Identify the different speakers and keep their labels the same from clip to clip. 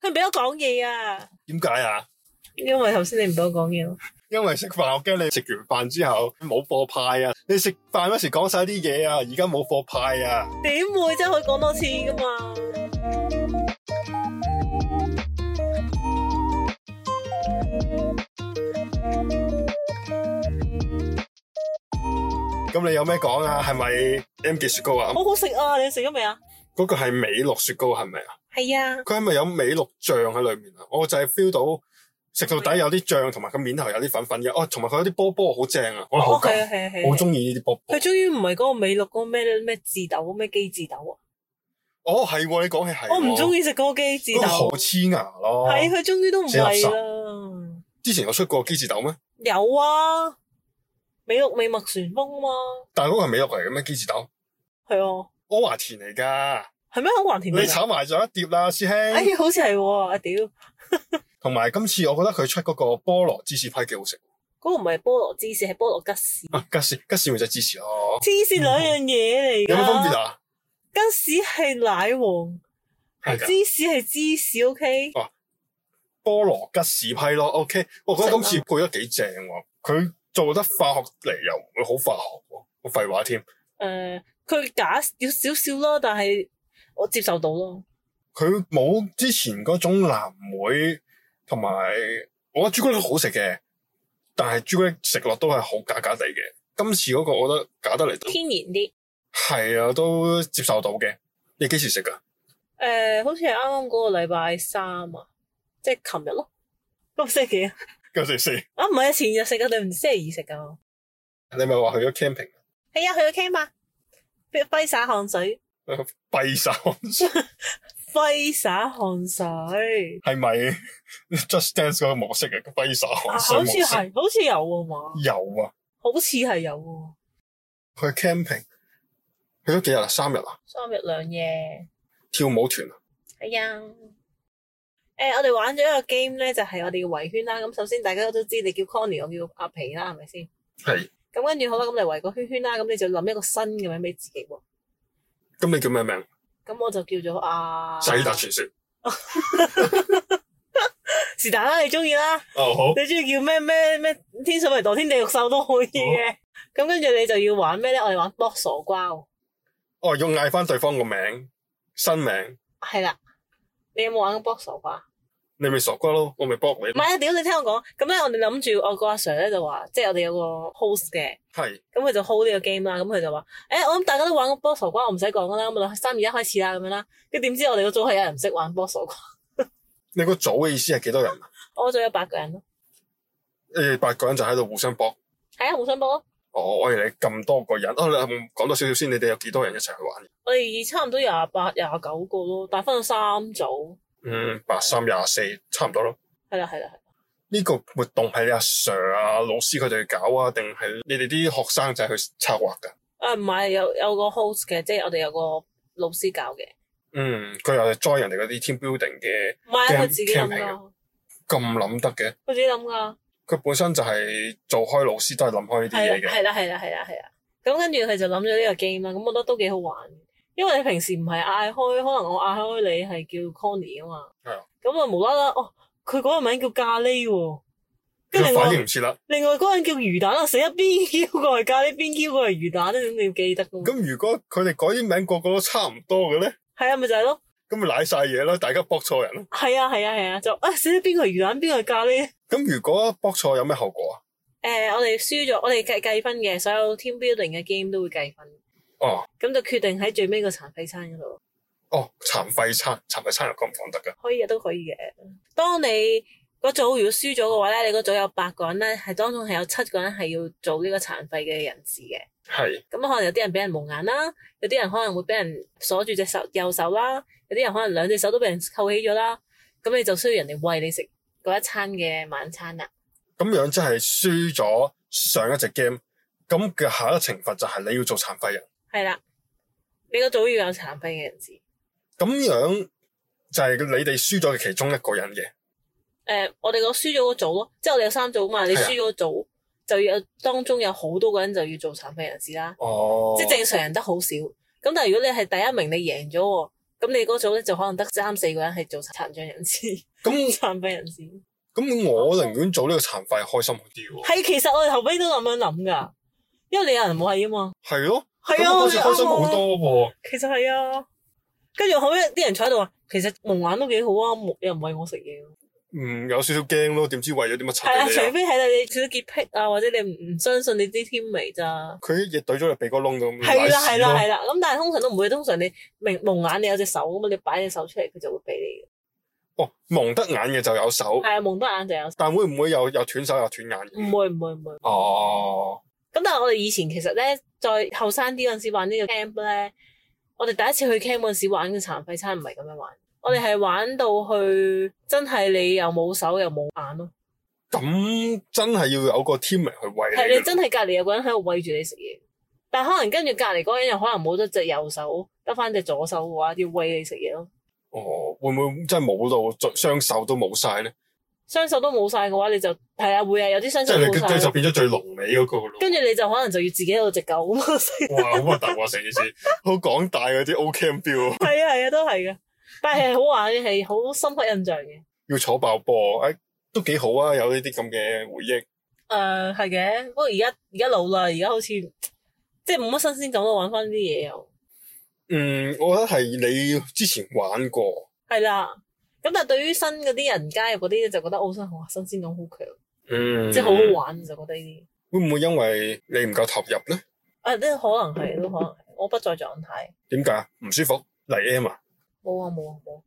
Speaker 1: 佢唔俾我講嘢啊！
Speaker 2: 點解啊？
Speaker 1: 因為頭先你唔俾我講嘢咯。
Speaker 2: 因為食飯，我驚你食完飯之後冇貨派啊！你食飯嗰時講晒啲嘢啊，而家冇貨派啊！
Speaker 1: 點會啫？可以講多次噶嘛？
Speaker 2: 咁你有咩講啊？係咪 M 記雪糕啊？
Speaker 1: 好好食啊！你食咗未啊？
Speaker 2: 嗰個係美樂雪糕係咪啊？
Speaker 1: 係啊，
Speaker 2: 佢係咪有美樂醬喺裏面啊？我就係 feel 到食到底有啲醬，同埋個面頭有啲粉粉嘅。哦，同埋佢有啲波波好正啊！我
Speaker 1: 哦
Speaker 2: 好
Speaker 1: 係
Speaker 2: 感，
Speaker 1: 啊係啊係啊，
Speaker 2: 好中意呢啲波波
Speaker 1: 佢。終於唔係嗰個美樂嗰個咩咩字豆咩雞字豆啊！
Speaker 2: 哦，係喎，你講起係喎，
Speaker 1: 我唔中意食嗰個雞字
Speaker 2: 嗰個好
Speaker 1: 豆，
Speaker 2: 黐牙咯。
Speaker 1: 係佢終於都唔
Speaker 2: 死
Speaker 1: 係
Speaker 2: 垃
Speaker 1: 啦。
Speaker 2: 之前有出過機智豆咩？
Speaker 1: 有啊，美樂美麥旋風啊嘛，
Speaker 2: 但係嗰個係美樂嚟嘅咩？機智豆，
Speaker 1: 係啊，
Speaker 2: 柯華田嚟㗎。
Speaker 1: 係咩好還甜味
Speaker 2: 你
Speaker 1: 㗎？
Speaker 2: 炒埋咗一碟啦，師
Speaker 1: 哎
Speaker 2: 兄。，
Speaker 1: 好似係喎，啊屌，嗰
Speaker 2: 同埋今次我覺得佢出嗰個菠蘿芝士批幾好食。
Speaker 1: 個唔係菠蘿芝士，係菠蘿吉士。
Speaker 2: 啊，吉士吉士咪就係芝士咯。
Speaker 1: 黐線兩樣嘢嚟㗎，
Speaker 2: 有咩分別啊？
Speaker 1: 吉士係奶黃，
Speaker 2: 係㗎
Speaker 1: 芝士係芝士，OK。
Speaker 2: 菠蘿吉士批咯，OK。我覺得今次配得幾正喎，佢做得化學嚟又唔會好化學喎，好廢話添。
Speaker 1: 誒，佢假要少少啦，但係我接受到咯。
Speaker 2: 佢冇之前嗰種藍莓同埋，我覺得朱古力好食嘅，但係朱古力食落都係好假假地嘅。今次嗰個我覺得假得嚟都
Speaker 1: 天然啲。誒、
Speaker 2: 係啊，都接受到嘅。你幾時食啊噶？
Speaker 1: 好似係啱啱嗰個禮拜三啊，即係琴日咯。咁星期幾啊？
Speaker 2: 九四四。
Speaker 1: 啊，唔係啊，前日食噶，對唔住，星期二食啊噶。
Speaker 2: 你咪話去咗 camping
Speaker 1: 係啊，去咗 camp 啊，揮灑汗水，
Speaker 2: 閉手，
Speaker 1: 揮灑汗水。
Speaker 2: 係咪 Just Dance 嗰個模式嘅閉手
Speaker 1: 啊
Speaker 2: 汗水
Speaker 1: 好
Speaker 2: 模
Speaker 1: 似
Speaker 2: 式？
Speaker 1: 係，好似有啊嘛，
Speaker 2: 有啊，
Speaker 1: 好似係有喎，
Speaker 2: 去 camping 去咗幾日啊？三日啊？
Speaker 1: 三日兩夜。
Speaker 2: 跳舞團啊？
Speaker 1: 係啊。誒、我哋玩咗一個 game 咧，就係、我哋要圍圈啦。咁首先大家都知，你叫 Conny，我叫阿皮啦，係咪先？
Speaker 2: 係。
Speaker 1: 咁跟住好啦，咁你圍個圈圈啦，咁你就諗一個新嘅名俾自己喎。
Speaker 2: 咁你叫咩名？
Speaker 1: 咁我就叫做啊，
Speaker 2: 洗達傳說。
Speaker 1: 是但啦，你中意啦，
Speaker 2: 哦好。
Speaker 1: 你中意叫咩咩咩天水圍墮天地獄獸都可以嘅。咁跟住你就要玩咩咧？我哋玩卜傻瓜喎，
Speaker 2: 哦，要嗌翻對方個名，新名，
Speaker 1: 係啦。你有冇玩過卜傻瓜？
Speaker 2: 你咪傻瓜咯，我咪搏你
Speaker 1: 唔係。啊，屌你聽我講。咁咧，我哋諗住我個阿 Sir 咧就話，即係我哋有個 host 嘅。
Speaker 2: 係
Speaker 1: 咁佢就 hold 呢個 game 啦，咁佢就話：誒、我諗大家都玩過波傻瓜，我唔使講噶啦，咁我就啊三二一開始啦，咁樣啦。跟住點知我哋個組係有人唔識玩波傻瓜，
Speaker 2: 你個組嘅意思係幾多人啊？
Speaker 1: 我組有八個人咯，
Speaker 2: 你哋八個人就喺度互相搏。
Speaker 1: 係啊，互相波咯。
Speaker 2: 哦，我以為你咁多個人，哦，你講多少少先，你哋有幾多人一齊去玩？
Speaker 1: 我哋差唔多廿八、廿九個咯，但係分咗三組，
Speaker 2: 嗯，八三廿四，差唔多咯。
Speaker 1: 係啦，係啦，係啦
Speaker 2: 呢個活動係你阿 Sir 啊、老師佢哋搞啊，定係你哋啲學生仔去策劃㗎？
Speaker 1: 啊，唔係有有個 host 嘅，即係我哋有個老師教嘅，
Speaker 2: 嗯，佢又係 join 人哋嗰啲 team building 嘅，
Speaker 1: 唔係啊，佢
Speaker 2: Camp-
Speaker 1: 自己諗
Speaker 2: camping
Speaker 1: 噶，
Speaker 2: 咁諗得嘅。
Speaker 1: 佢自己諗噶，
Speaker 2: 佢本身就係做開老師，都係諗開呢啲
Speaker 1: 係
Speaker 2: 嘢
Speaker 1: 啦，
Speaker 2: 嘅。
Speaker 1: 係啊啦，係啦，係啦，係啦。咁跟住佢就諗咗呢個 game 啊啦，咁我覺得都幾好玩，因為你平時唔係嗌開，可能我嗌開你係叫 Conny 啊嘛。
Speaker 2: 係啊，
Speaker 1: 咁啊無啦啦，哦，佢嗰個名叫咖喱喎，跟住
Speaker 2: 佢
Speaker 1: 另
Speaker 2: 反應
Speaker 1: 外
Speaker 2: 唔切啦。
Speaker 1: 另外嗰個人叫魚蛋啊，死啦！邊 Q 個係咖喱，邊 Q 個係魚蛋咧，咁你要記得噶嘛？
Speaker 2: 咁如果佢哋改啲名個個都差唔多嘅咧，
Speaker 1: 係啊，咪就係咯，
Speaker 2: 咁咪賴晒嘢咯，大家搏錯人咯。
Speaker 1: 係啊，係啊，係啊，就啊死啦！邊個係魚蛋，邊個係咖喱？
Speaker 2: 咁如果搏錯有咩後果啊？
Speaker 1: 誒、我哋輸咗，我哋計計分嘅，所有 team building 嘅 game 都會計分，
Speaker 2: 哦
Speaker 1: 咁就決定喺最尾個殘廢餐嗰度，
Speaker 2: 哦，殘廢餐，殘廢餐又講唔講得㗎？
Speaker 1: 可以嘅都可以嘅。當你嗰組如果輸咗嘅話咧，你嗰組有八個人咧，係當中係有七個人係要做呢個殘廢嘅人士嘅。
Speaker 2: 係
Speaker 1: 咁可能有啲人俾人蒙眼啦，有啲人可能會俾人鎖住隻手右手啦，有啲人可能兩隻手都俾人扣起咗啦。咁你就需要人哋餵你食嗰一餐嘅晚餐啦。
Speaker 2: 咁樣，即係輸咗上一隻 game，咁嘅下一個懲罰就係你要做殘廢人。
Speaker 1: 係啦，你個組要有殘廢嘅人士。誒、
Speaker 2: 咁樣就係你哋輸咗嘅其中一個人嘅，
Speaker 1: 我哋個輸咗個組咯，即係我哋有三組嘛，你
Speaker 2: 係啊
Speaker 1: 輸咗個組就要有當中有好多個人就要做殘廢人士啦。
Speaker 2: 哦
Speaker 1: 即係正常人得好少。咁但係如果你係第一名，你贏咗喎，咁你嗰組咧就可能得三四個人係做殘障人士、
Speaker 2: 咁
Speaker 1: 殘廢人士。
Speaker 2: 咁我寧願做呢個殘廢開心啲喎。
Speaker 1: 係其實我哋後尾都咁樣諗㗎，因為你有人位啊嘛。
Speaker 2: 係咯，
Speaker 1: 係
Speaker 2: 咁
Speaker 1: 啊，
Speaker 2: 好似開心好
Speaker 1: 啱啊
Speaker 2: 多喎。
Speaker 1: 其實係啊，跟住後尾啲人坐喺度話，其實蒙眼都幾好啊，冇有人喂我食嘢。
Speaker 2: 嗯，有少少驚咯，點知為咗啲乜柒
Speaker 1: 係啊，
Speaker 2: 俾
Speaker 1: 除
Speaker 2: 你啊？
Speaker 1: 非係啦，你少少潔癖啊，或者你唔唔相信你啲天味咋。
Speaker 2: 佢一嘢懟咗入鼻哥窿度，
Speaker 1: 係啦，係啦，
Speaker 2: 係。
Speaker 1: 係啦。咁但係通常都唔會，通常你明蒙眼你有隻手咁啊，你擺隻手出嚟，佢就會俾你
Speaker 2: 哦，蒙得眼嘅就有手
Speaker 1: 嘅。，係啊，蒙得眼就有。
Speaker 2: 但會唔會有又斷手又斷眼？
Speaker 1: 唔會唔會唔會。
Speaker 2: 哦，
Speaker 1: 咁但係我哋以前其實咧，再後生啲嗰陣時玩呢個 camp 咧，我哋第一次去 camp 嗰陣時玩嘅殘廢餐唔係咁樣玩，我哋係玩到去真係你又冇手又冇眼咯，
Speaker 2: 咁真係要有個 team 嚟去
Speaker 1: 係
Speaker 2: 喂
Speaker 1: 你
Speaker 2: 你嘅。
Speaker 1: 真係隔離有個人喺度喂住你食嘢，但係可能跟住隔離嗰個人又可能冇咗隻右手，得翻隻左手嘅話，要喂你食嘢咯。
Speaker 2: 哦，會唔會真係冇到雙手都冇晒咧？
Speaker 1: 雙手都冇晒嘅話，你就係啊會啊，有啲雙
Speaker 2: 即
Speaker 1: 手
Speaker 2: 係你
Speaker 1: 冇
Speaker 2: 你
Speaker 1: 晒
Speaker 2: 就
Speaker 1: 咯，
Speaker 2: 變咗最龍尾嗰個咯。
Speaker 1: 跟住你就可能就要自己喺度隻狗咁樣食。
Speaker 2: 哇，好核突喎！成件事好港大嗰啲 O Cam 標，
Speaker 1: 係啊係啊，都係嘅，但係係好玩嘅，係好深刻印象嘅。
Speaker 2: 要坐爆波，誒、都幾好啊！有呢啲咁嘅回憶，
Speaker 1: 誒呃係嘅，不過而家而家老啦，而家好似即係冇乜新鮮感咯，玩翻啲嘢又
Speaker 2: 嗯，我覺得係你之前玩過，
Speaker 1: 係啦。咁但係對於新嗰啲人加入嗰啲咧，就覺得好新哇，新鮮感好強，
Speaker 2: 嗯
Speaker 1: 即係好好玩就覺得呢啲。
Speaker 2: 會唔會因為你唔夠投入咧？
Speaker 1: 啊，都可能係，都可能係我不在狀態，
Speaker 2: 點解啊唔舒服？嚟 M 啊？
Speaker 1: 冇啊冇啊冇啊。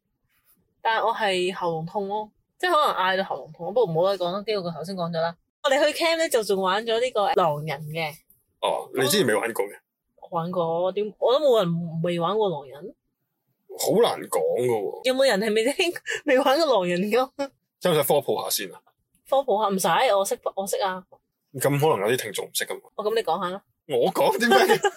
Speaker 1: 但係我係喉嚨痛咯，即係可能嗌到喉嚨痛，不過唔好再講啦，基我頭先講咗啦。我哋去 camp 咧就仲玩咗呢個狼人嘅，
Speaker 2: 哦，你之前未玩過嘅，
Speaker 1: 玩過點我都冇人未玩過狼人，
Speaker 2: 好難講噶喎。
Speaker 1: 有冇人係未聽未玩過狼人㗎？
Speaker 2: 使唔使科普下先啊？
Speaker 1: 科普下唔使，我識我識啊。哦
Speaker 2: 咁可能有啲聽眾唔識噶嘛。
Speaker 1: 我咁你講下啦。
Speaker 2: 我講 點解？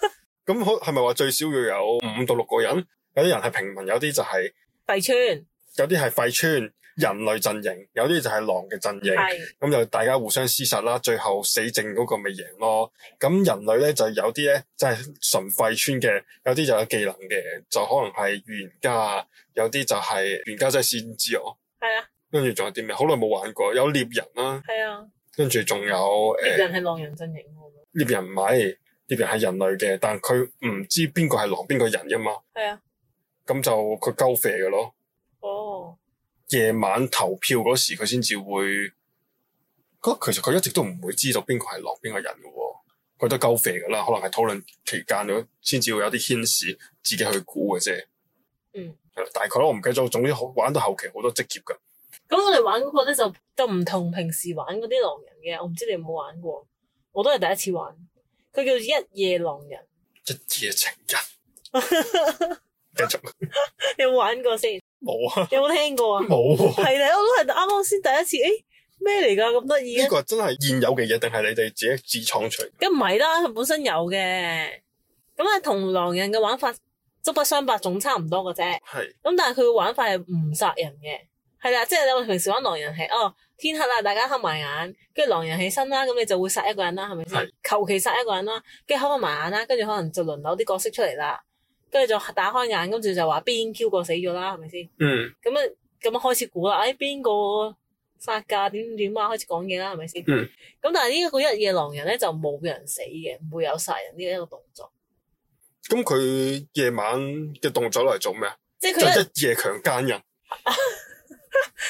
Speaker 2: 咁可係咪話最少要有五到六個人？有啲人係平民，有啲就係、
Speaker 1: 廢村
Speaker 2: 有啲係廢村人類陣營，有啲就係狼嘅陣營。
Speaker 1: 嗯係
Speaker 2: 咁就大家互相廝殺啦，最後死剩嗰個咪贏咯。咁人類咧就有啲咧就係純廢村嘅，有啲就有技能嘅，就可能係預言家啊，有啲就係預言家真係先知哦。
Speaker 1: 係啊
Speaker 2: 跟住仲有啲咩？好耐冇玩過，有獵人啦、
Speaker 1: 係啊，
Speaker 2: 跟住仲有
Speaker 1: 獵
Speaker 2: 誒
Speaker 1: 人係狼人陣營喎。
Speaker 2: 獵人唔係獵人係人類嘅，但佢唔知邊個係狼邊個人噶嘛，
Speaker 1: 係啊，
Speaker 2: 咁就佢鳩啡嘅咯。
Speaker 1: 哦，
Speaker 2: 夜晚投票嗰時，佢先至會，嗰其實佢一直都唔會知道邊個係狼邊個人嘅喎，佢都鳩肥噶啦，可能係討論期間咗先至會有啲牽使，自己去估嘅啫。
Speaker 1: 嗯
Speaker 2: 係啦，大概咯，我唔記得咗，總之好玩到後期好多職業噶，
Speaker 1: 咁我哋玩嗰個咧就就唔同平時玩嗰啲狼人嘅，我唔知你有冇玩過，我都係第一次玩。佢叫一夜狼人，
Speaker 2: 一夜情人。繼續
Speaker 1: 你有冇玩過先？
Speaker 2: 冇啊，
Speaker 1: 有冇聽過啊？
Speaker 2: 冇啊，
Speaker 1: 係啦，我都係啱啱先第一次，誒咩嚟㗎咁得意
Speaker 2: 呢
Speaker 1: 嘅？
Speaker 2: 個真係現有嘅嘢，定係你哋自己自創出嚟？
Speaker 1: 咁唔係啦，佢本身有嘅，咁啊同狼人嘅玩法都不相伯仲，差唔多嘅啫。
Speaker 2: 係
Speaker 1: 咁但係佢嘅玩法係唔殺人嘅，係啦，即係你我哋平時玩狼人係哦天黑啦，大家黑埋眼，跟住狼人起身啦，咁你就會殺一個人啦，係咪
Speaker 2: 係
Speaker 1: 先？求其殺一個人啦，跟住黑翻埋眼啦，跟住可能就輪流啲角色出嚟啦，跟住就打開眼，跟住就話邊 Q 個死咗啦，係咪先？
Speaker 2: 嗯
Speaker 1: 咁啊咁啊開始估啦，誒邊個殺㗎點點啊，開始講嘢啦，係咪先？
Speaker 2: 嗯
Speaker 1: 咁但係呢一個一夜狼人咧就冇人死嘅，唔會有殺人呢一個動作，
Speaker 2: 咁佢夜晚嘅動作嚟做咩啊？
Speaker 1: 即係
Speaker 2: 就
Speaker 1: 佢一
Speaker 2: 一夜強姦人。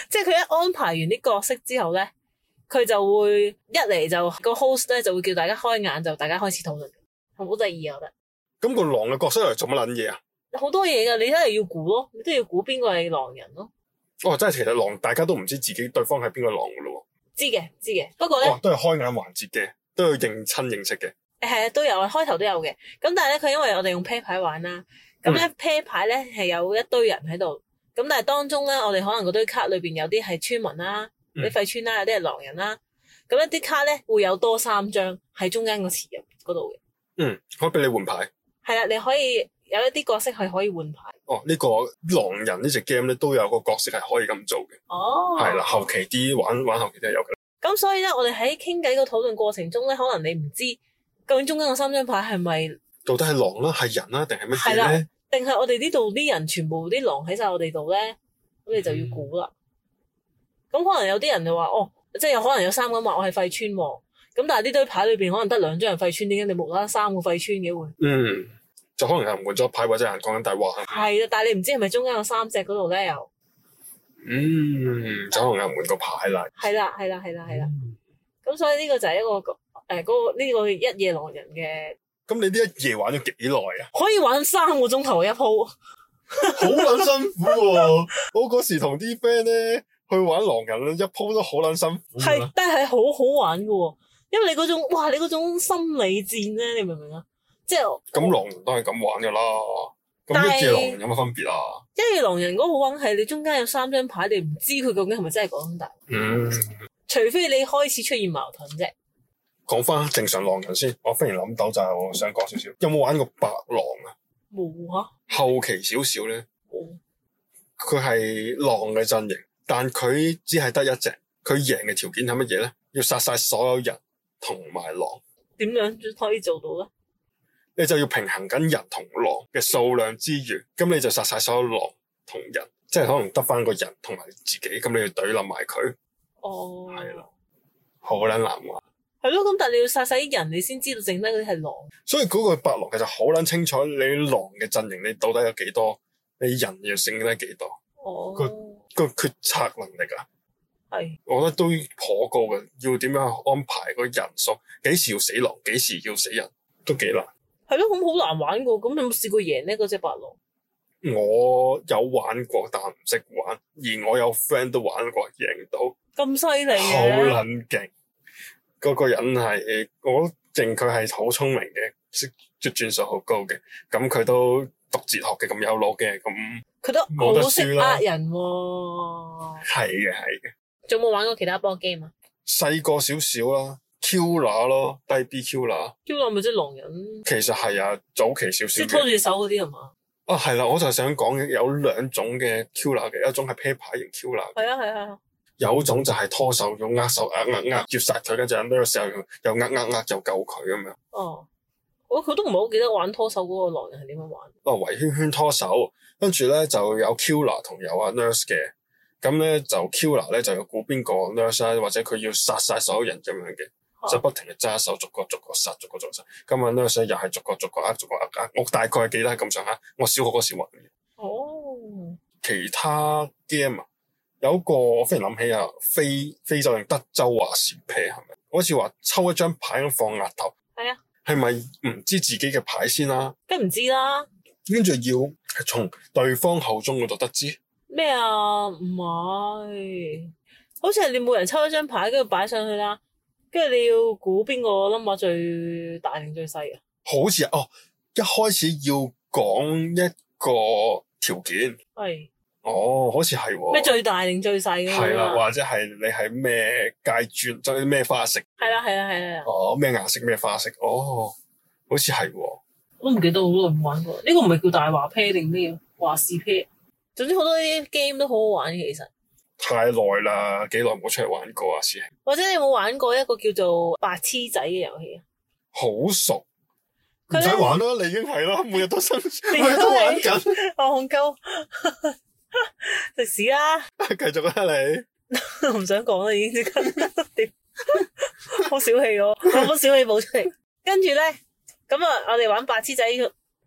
Speaker 1: 即係佢一安排完啲角色之後咧，佢就會一嚟就個 host 咧就會叫大家開眼，就大家開始討論，好得意啊！我覺
Speaker 2: 咁個狼嘅角色嚟做乜撚嘢啊？
Speaker 1: 得好多嘢㗎，你都係要估咯，你都要估邊個係狼人咯。
Speaker 2: 哦，真係其實狼大家都唔知自己對方係邊個狼噶咯
Speaker 1: 知嘅，知嘅。不過
Speaker 2: 喎，
Speaker 1: 咧，
Speaker 2: 哦，都係開眼環節嘅，都要認親認識嘅。
Speaker 1: 係都有，啊開頭都有嘅。咁但係咧，佢因為我哋用 pair 牌玩啦，咁
Speaker 2: 嗯
Speaker 1: 咧 pair 牌咧係有一堆人喺度，咁但係當中咧，我哋可能嗰堆卡裏邊有啲係村民啦，
Speaker 2: 嗯
Speaker 1: 啲廢村啦，有啲係狼人啦，咁一啲卡咧會有多三張喺中間個池入嗰度嘅，
Speaker 2: 嗯，可以俾你換牌。
Speaker 1: 係啦，你可以有一啲角色係可以換牌。
Speaker 2: 哦，呢、個狼人呢隻 game 咧都有個角色係可以咁做嘅，
Speaker 1: 哦
Speaker 2: 係啦、後期啲玩玩後期都有嘅。
Speaker 1: 咁所以咧，我哋喺傾偈個討論過程中咧，可能你唔知究竟中間個三張牌係咪
Speaker 2: 到底係狼啦，係人啦，定係乜
Speaker 1: 係
Speaker 2: 嘢
Speaker 1: 啦
Speaker 2: 咧？
Speaker 1: 定係我哋呢度啲人全部啲狼喺晒我哋度咧？咁你就要估啦。咁可能有啲人就話哦，即係有可能有三個人話我係廢村喎。咁但係呢堆牌裏邊可能得兩張人廢村，點解你無啦啦三個廢村嘅會？
Speaker 2: 嗯，就可能有人換咗牌或者有人講緊大話。
Speaker 1: 係啦，但係你唔知係咪中間有三隻嗰度咧？又
Speaker 2: 嗯，就可能有人換個牌啦。
Speaker 1: 係啦，係啦，係啦，係啦。
Speaker 2: 嗯
Speaker 1: 咁所以呢個就係一個誒嗰、個呢、個一夜狼人嘅，
Speaker 2: 咁你呢一夜玩咗幾耐啊？
Speaker 1: 可以玩三個鐘頭一鋪。
Speaker 2: 好撚辛苦喎！我嗰時同啲 friend 咧去玩狼人一鋪都好撚辛苦啊㗎
Speaker 1: 係
Speaker 2: 啦。，
Speaker 1: 但係好好玩嘅喎，因為你嗰種哇，你嗰種心理戰咧，你明唔明啊？即係
Speaker 2: 咁狼人都係咁玩噶啦。
Speaker 1: 但
Speaker 2: 咁
Speaker 1: 係
Speaker 2: 一夜狼人有乜分別啊？
Speaker 1: 一夜狼人嗰個好玩係你中間有三張牌，你唔知佢究竟係咪真係講大話，
Speaker 2: 嗯，
Speaker 1: 除非你開始出現矛盾啫。
Speaker 2: 講翻正常狼人先。我忽然諗到就係我想講少少，有冇玩過白狼啊？
Speaker 1: 冇啊，
Speaker 2: 後期少少咧，
Speaker 1: 冇
Speaker 2: 佢係狼嘅陣營，但佢只係得一隻。佢贏嘅條件係乜嘢咧？要殺晒所有人同埋狼。
Speaker 1: 點樣可以做到咧？
Speaker 2: 你就要平衡緊人同狼嘅數量之餘，咁你就殺晒所有狼同人，即係可能得翻個人同埋自己，咁你要懟冧埋佢，
Speaker 1: 哦，
Speaker 2: 係啦好撚難玩。
Speaker 1: 係咯，咁但係你要殺晒啲人，你先知道剩低嗰啲係狼。
Speaker 2: 所以嗰個白狼其實好撚清楚，你狼嘅陣營你到底有幾多，你人要剩得幾多，
Speaker 1: 哦，
Speaker 2: 個決策能力啊，
Speaker 1: 係
Speaker 2: 我覺得都頗高嘅。要點樣安排個人數，幾時要死狼，幾時要死人，都幾難。
Speaker 1: 係咯，咁好難玩噶。咁你有冇試過贏呢？嗰只白狼？
Speaker 2: 我有玩過，但唔識玩，而我有 friend 都玩過，贏到。
Speaker 1: 咁犀利
Speaker 2: 好
Speaker 1: 嘅，
Speaker 2: 撚勁！嗰個人係，我認佢係好聰明嘅，識即轉數好高嘅。咁佢都讀哲學嘅，咁有腦嘅，咁
Speaker 1: 佢都
Speaker 2: 冇得
Speaker 1: 好識
Speaker 2: 輸啦
Speaker 1: 呃人喎。
Speaker 2: 係嘅係嘅。
Speaker 1: 仲有冇玩過其他 board game 啊？
Speaker 2: 細個少少啦，Q 拿咯，低 B Q 拿，
Speaker 1: Q 朗咪即係狼人，
Speaker 2: 其實係啊，早期少少
Speaker 1: 即係拖
Speaker 2: 嘅。
Speaker 1: 住手嗰啲係嘛？
Speaker 2: 啊，係啦，我就係想講有兩種嘅 Q 拿嘅，一種係 pair 牌型 Q 拿，
Speaker 1: 係啊係啊，係啊
Speaker 2: 有一種就係拖手要握手，握握握，要殺佢，跟住喺呢個時候又握握握，就救佢咁樣。
Speaker 1: 哦，我佢都唔係好記得玩拖手嗰個狼人係點樣玩。
Speaker 2: 哦，圍圈圈拖手，跟住咧就有 Killer 同有阿 Nurse 嘅，咁咧就 Killer 咧就要估邊個 Nurse 啊啦，或者佢要殺晒所有人咁樣嘅，
Speaker 1: 哦
Speaker 2: 就不停嘅揸手逐個逐個殺，逐個逐個殺。咁阿 Nurse 呢又係逐個逐個呃，逐個呃呃。我大概記得係咁上下，我小學嗰時玩嘅。
Speaker 1: 哦，
Speaker 2: 其他 game 啊，有個我忽然諗起啊，非非洲定德州話事啤係咪？好似話抽一張牌咁放額頭，
Speaker 1: 係啊，
Speaker 2: 係咪唔知自己嘅牌先啦、
Speaker 1: 梗唔知啦。
Speaker 2: 跟住要從對方口中嗰度得知，
Speaker 1: 咩啊？唔係，好似係你每人抽一張牌，跟住擺上去啦，跟住你要估邊個 number 最大定最細嘅。啊
Speaker 2: 好似哦，一開始要講一個條件，
Speaker 1: 係
Speaker 2: 哦，好似係喎，
Speaker 1: 咩最大定最細嘅？啊
Speaker 2: 係啦，或者係你係咩階磚，即係咩花色，
Speaker 1: 係啦，係啦，係啦，
Speaker 2: 哦，咩顏色咩花色，哦，好似係喎，
Speaker 1: 我都唔記得好耐冇玩過。呢個唔係叫大話 pair 定咩啊話事 pair。總之好多啲 game 都好好玩嘅，其實。
Speaker 2: 太耐啦，幾耐冇出嚟玩過啊，師兄，
Speaker 1: 或者你有冇玩過一個叫做白痴仔嘅遊戲啊？
Speaker 2: 好熟，
Speaker 1: 佢
Speaker 2: 唔
Speaker 1: 咧
Speaker 2: 使玩啦，你已經係 啦，每日都生，每
Speaker 1: 日
Speaker 2: 日
Speaker 1: 都
Speaker 2: 都
Speaker 1: 係
Speaker 2: 玩緊，
Speaker 1: 我戇鳩， 食屎啦！
Speaker 2: 繼續啦你。
Speaker 1: 唔想講啦，已經即刻屌，好小氣我，我好小氣冇出嚟。跟住咧，咁啊，我哋玩白痴仔，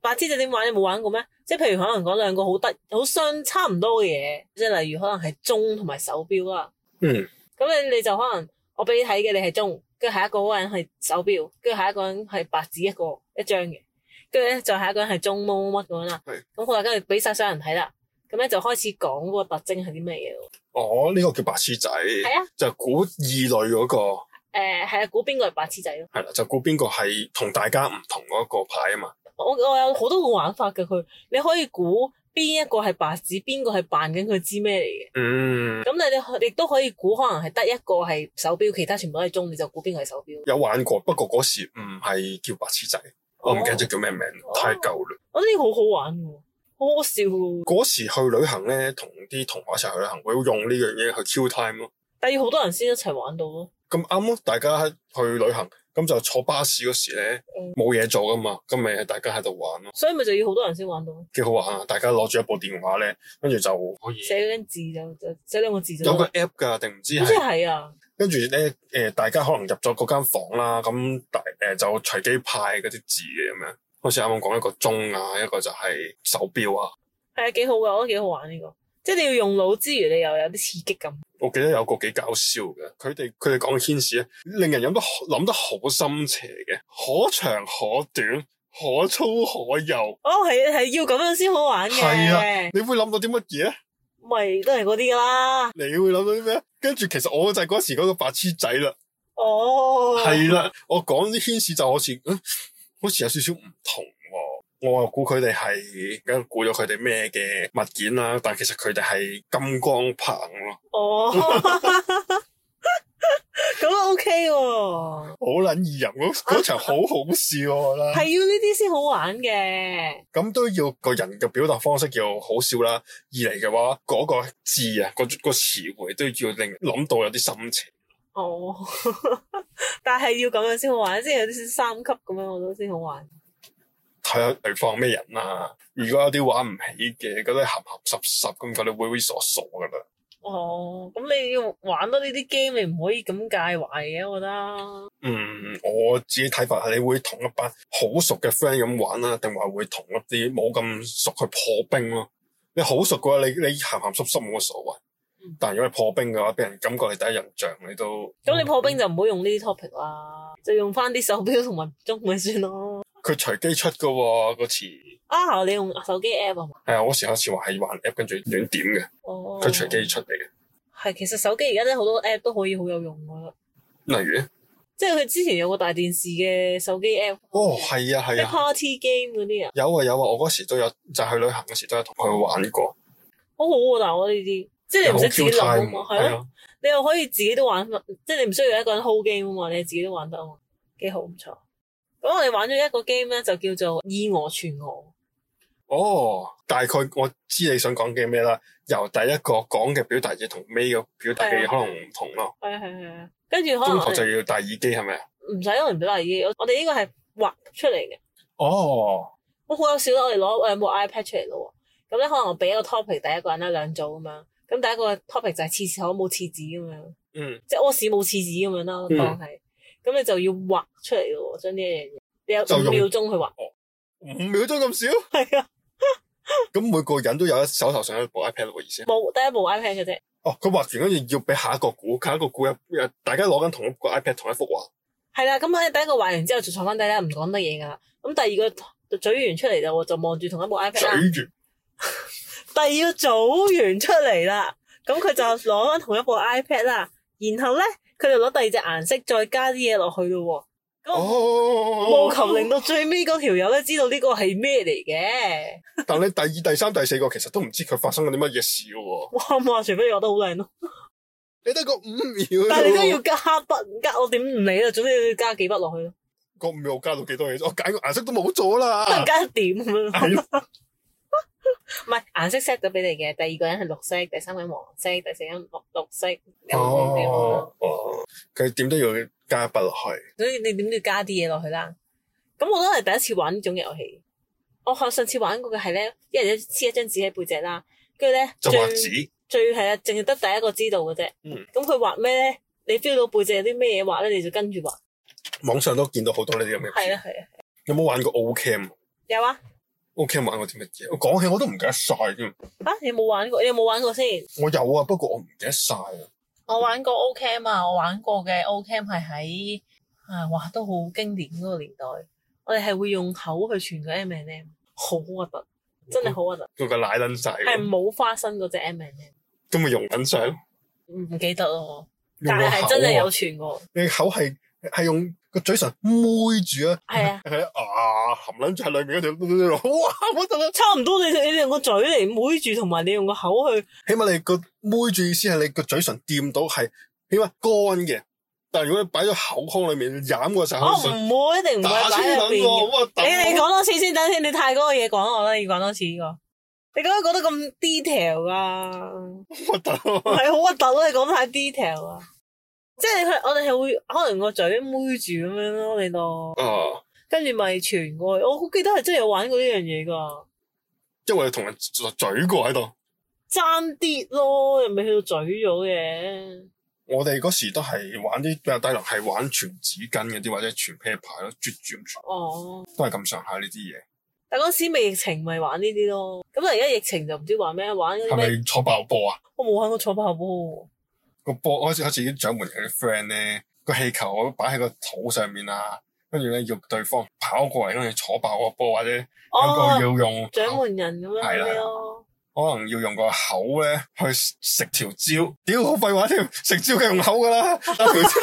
Speaker 1: 白痴仔點玩？你冇玩過咩？即係譬如可能講兩個好得好相差唔多嘅嘢，即係例如可能係鐘同埋手錶啊啦。
Speaker 2: 嗯。
Speaker 1: 咁你你就可能我俾你睇嘅，你係鐘，跟住下一個嗰個人係手錶，跟住下一個人係白紙一個一張嘅，跟住咧再下一個人係鐘乜乜乜咁樣啦
Speaker 2: 係。
Speaker 1: 咁好啦，跟住俾晒所有人睇啦。咁咧就開始講嗰個特徵係啲咩嘢咯。
Speaker 2: 哦，呢、個叫白痴仔，
Speaker 1: 係啊，
Speaker 2: 就估異類嗰、個，
Speaker 1: 誒係啊，估邊個係白痴仔咯。
Speaker 2: 係啦，就估邊個係同大家唔同嗰個牌啊嘛。
Speaker 1: 我我有好多個玩法嘅佢，你可以估邊一個係白紙，邊個係扮緊佢知咩嚟嘅。
Speaker 2: 嗯，
Speaker 1: 咁你哋亦都可以估，可能係得一個係手錶，其他全部都係鐘，你就估邊個係手錶。
Speaker 2: 有玩過，不過嗰時唔係叫白痴仔，我唔記得咗
Speaker 1: 哦
Speaker 2: 叫咩名，
Speaker 1: 哦
Speaker 2: 太舊啦。
Speaker 1: 我覺得呢個好好玩嘅，好好笑嘅。
Speaker 2: 嗰時去旅行咧，同啲同學一齊去旅行，會用呢樣嘢去 Q time 咯。
Speaker 1: 但要好多人先一齊玩到咯。
Speaker 2: 咁啱咯，大家去旅行，咁就坐巴士嗰時咧
Speaker 1: 嗯
Speaker 2: 冇嘢做噶嘛，咁咪大家喺度玩咯，
Speaker 1: 所以咪就要好多人先玩到咯，
Speaker 2: 幾好玩啊！大家攞住一部電話咧，跟住就可以
Speaker 1: 寫嗰張字就就寫兩個字就得
Speaker 2: 有個
Speaker 1: 啦。
Speaker 2: app 㗎，定唔知
Speaker 1: 好似
Speaker 2: 係
Speaker 1: 係啊，
Speaker 2: 跟住咧誒，大家可能入咗嗰間房啦，咁大誒就隨機派嗰啲字嘅咁樣。好似啱啱講一個鐘啊，一個就係手錶啊。
Speaker 1: 係啊，幾好嘅，我覺得幾好玩呢個。即係你要用腦之餘，你又有啲刺激感。
Speaker 2: 我記得有個幾搞笑嘅，佢哋佢哋講嘅牽涉咧，令人諗得諗得好心邪嘅，可長可短，可粗可幼。
Speaker 1: 哦，係係要咁樣先好玩
Speaker 2: 係啊
Speaker 1: 嘅，
Speaker 2: 你會諗到啲乜嘢咧？
Speaker 1: 咪都係嗰啲噶啦。
Speaker 2: 你會諗到啲咩？跟住其實我就係嗰時嗰個白痴仔啦，
Speaker 1: 哦，
Speaker 2: 係啦、我講啲牽涉就好似，嗯，好似有少少唔同喎、我又估佢哋係，梗係估咗佢哋咩嘅物件啦，但其實佢哋係金光棒咯，
Speaker 1: 哦， 咁啊 OK 喎，
Speaker 2: 好撚易人嗰嗰場好好笑我覺得。
Speaker 1: 係要呢啲先好玩嘅。
Speaker 2: 咁都要個人嘅表達方式要好笑啦。二嚟嘅話，嗰、個字啊，個個詞彙都要令諗到有啲心情。
Speaker 1: 哦， 但係要咁樣先好玩，即係有啲三級咁樣我都先好玩。
Speaker 2: 睇下對方咩人啦、如果有啲玩唔起嘅，嗰啲鹹鹹濕濕咁，佢哋猥猥瑣瑣噶啦。
Speaker 1: 哦，咁你要玩多呢啲 game，你唔可以咁介懷嘅，我覺得。
Speaker 2: 嗯，我自己睇法係你會同一班好熟嘅 friend 咁玩啦，定話會同一啲冇咁熟去破冰咯？你好熟嘅話，你你鹹鹹濕濕冇乜所謂
Speaker 1: 嗯。
Speaker 2: 但如果你破冰嘅話，俾人感覺你第一印象，你都嗯
Speaker 1: 咁你破冰就唔好用呢啲 topic 啦，就用翻啲手錶同埋鐘咪算咯。
Speaker 2: 佢隨機出噶喎、個詞。
Speaker 1: 啊，你用手機 app 啊嘛？
Speaker 2: 係啊，我時有時話係玩 app 跟住亂點嘅，
Speaker 1: 哦，
Speaker 2: 佢隨機出嚟嘅。
Speaker 1: 係，其實手機而家咧好多 app 都可以好有用噶啦。
Speaker 2: 例如咧，
Speaker 1: 即係佢之前有個大電視嘅手機 app，
Speaker 2: 哦，係啊，
Speaker 1: 即
Speaker 2: 係
Speaker 1: 係
Speaker 2: 啊，
Speaker 1: party game 嗰啲啊，
Speaker 2: 有啊有啊，我嗰時都有，就係去旅行嗰時都有同佢玩過，
Speaker 1: 好好喎！但係我呢啲，即係你唔使自己諗啊嘛，係
Speaker 2: 係
Speaker 1: 咯，
Speaker 2: 啊，
Speaker 1: 你又可以自己都玩翻，即係你唔需要一個人 hold game 啊嘛，你自己都玩得啊嘛，幾好唔錯。咁我哋玩咗一個 game 咧，就叫做以我傳我。
Speaker 2: 哦，大概我知你想講嘅咩啦。由第一個講嘅表達嘢同尾嘅表達嘅
Speaker 1: 係
Speaker 2: 嘢
Speaker 1: 啊
Speaker 2: 可能唔同咯，
Speaker 1: 係啊係啊係啊，跟住可
Speaker 2: 中
Speaker 1: 能
Speaker 2: 途
Speaker 1: 我
Speaker 2: 就
Speaker 1: 哋
Speaker 2: 要戴耳機係咪啊？
Speaker 1: 唔使可能表達意，我我哋呢個係畫出嚟嘅。
Speaker 2: 哦，
Speaker 1: 我好有少啦，我哋攞誒部 iPad 出嚟咯喎。咁咧可能我俾一個 topic 第一個人啦，兩組咁樣。咁第一個 topic 就係廁所冇廁紙咁樣。
Speaker 2: 嗯，
Speaker 1: 即係屙屎冇廁紙咁樣啦，
Speaker 2: 嗯
Speaker 1: 當係咁你就要畫出嚟咯喎，將呢一樣嘢你有
Speaker 2: 就
Speaker 1: 五
Speaker 2: 用
Speaker 1: 秒鐘去畫，
Speaker 2: 五秒鐘咁少，
Speaker 1: 係啊，
Speaker 2: 咁每個人都有一手頭上一部 iPad 喎，意思。
Speaker 1: 冇得一部 iPad 嘅啫，
Speaker 2: 哦，佢畫完跟住要俾下一個估，下一個估一，大家攞緊同一個 iPad 同一幅畫。
Speaker 1: 係啦，咁咧第一個畫完之後就坐翻低啦，唔講得嘢噶啦，咁第二個就咀完出嚟就就望住同一部 iPad
Speaker 2: 嘴
Speaker 1: 啦，
Speaker 2: 完，
Speaker 1: 第二個組完出嚟啦，咁佢就攞翻同一部 iPad 啦，然後咧佢就攞第二隻顏色再加啲嘢落去咯喎，咁
Speaker 2: 哦，
Speaker 1: 務求令到最尾嗰條友咧知道呢個係咩嚟嘅，
Speaker 2: 但你第二、第三、第四個其實都唔知佢發生咗啲乜嘢事嘅喎，
Speaker 1: 哇哇，除非我覺得好靚咯。
Speaker 2: 你得個五秒，
Speaker 1: 但係你都要加筆，唔加我點唔理啊啦，總之你要加幾筆落去咯，
Speaker 2: 個五秒加到幾多嘢啫？我揀個顏色都冇咗
Speaker 1: 可能
Speaker 2: 啦，
Speaker 1: 加一點咁樣咯。
Speaker 2: 啊係咯
Speaker 1: 唔係顏色 set 咗俾你嘅，第二個人係綠色，第三個人黃色，第四個人綠綠色。有冇咁樣咯
Speaker 2: 哦哦，佢點都要加一筆落去。
Speaker 1: 所以你點都要加啲嘢落去啦。咁我都係第一次玩呢種遊戲。我上次玩過嘅係咧，一人一黐一張紙喺背脊啦，跟住咧
Speaker 2: 就畫紙，
Speaker 1: 最係啊，淨係得第一個知道嘅啫。
Speaker 2: 嗯
Speaker 1: 咁佢畫咩咧？你 feel 到背脊有啲咩嘢畫咧，你就跟住畫。
Speaker 2: 網上都見到好多呢啲咁嘅
Speaker 1: 係
Speaker 2: 片。
Speaker 1: 啊係啊，
Speaker 2: 有冇玩過 O Cam？O
Speaker 1: 有啊
Speaker 2: Cam 玩過啲乜嘢？我講起我都唔記得晒添。
Speaker 1: 啊！你有冇玩過？你有冇玩過先？
Speaker 2: 我有啊，不過我唔記得晒啊。
Speaker 1: 我玩過 O Cam 啊，我玩過嘅 O Cam 係喺啊，哇，都好經典嗰個年代。我哋係會用口去傳個 M and M，好核突，真
Speaker 2: 嗯
Speaker 1: 係好核突，
Speaker 2: 佢個奶撚晒喎，
Speaker 1: 係冇花生嗰只 M and M，
Speaker 2: 咁咪用緊上，
Speaker 1: 唔唔記得咯。但
Speaker 2: 用個
Speaker 1: 係真係有
Speaker 2: 口啊。
Speaker 1: 傳過，
Speaker 2: 你口係係用個嘴唇搣住啊。
Speaker 1: 係 啊，
Speaker 2: 係啊，含撚住喺裏面嗰條，哇！啊我得啦，
Speaker 1: 差唔多你你用個嘴嚟妹住，同埋你用個口去，
Speaker 2: 起碼你個妹住意思係你個嘴唇掂到係起碼乾嘅，但係如果你擺咗口腔裏面，飲過晒
Speaker 1: 我
Speaker 2: 口水，
Speaker 1: 哦唔會一定唔會
Speaker 2: 打
Speaker 1: 擺
Speaker 2: 穿
Speaker 1: 喺入
Speaker 2: 撚
Speaker 1: 邊嘅。
Speaker 2: 喎，哇！
Speaker 1: 你你
Speaker 2: 打
Speaker 1: 講多次先，等先，你太嗰個嘢講我啦，要講多次呢個。你咁樣講得咁 detail 啊！
Speaker 2: 核突啊嘛
Speaker 1: 係好核突咯，你講太 detail 啊！即係佢我哋係會可能個嘴妹住咁樣咯，你度
Speaker 2: 啊！
Speaker 1: 跟住咪傳過去。我好記得係真係有玩過呢樣嘢㗎，
Speaker 2: 因為同人嘴過喺度，
Speaker 1: 爭啲咯，又未去到嘴咗嘅。
Speaker 2: 我哋嗰時都係玩啲比較低能，係玩傳紙巾嗰啲或者傳啤牌咯，絕絕傳
Speaker 1: 哦，
Speaker 2: 都係咁上下呢啲嘢。
Speaker 1: 但嗰時未疫情咪玩呢啲咯。咁啊，而家疫情就唔知玩咩，玩嗰
Speaker 2: 係
Speaker 1: 啲咩？
Speaker 2: 咪坐爆波啊？我
Speaker 1: 我冇玩過坐炮波
Speaker 2: 個波我好似好似啲掌門人啲 friend 咧，個氣球我擺喺個肚上面啊，跟住咧要對方跑過嚟，跟住坐爆個波，或者
Speaker 1: 喎。
Speaker 2: 有
Speaker 1: 哦，
Speaker 2: 個要用
Speaker 1: 掌門人咁樣
Speaker 2: 係
Speaker 1: 嗰
Speaker 2: 啦
Speaker 1: 啲咯。
Speaker 2: 可能要用個口咧去食條蕉，屌好廢話添，食蕉梗係用口噶啦，但條蕉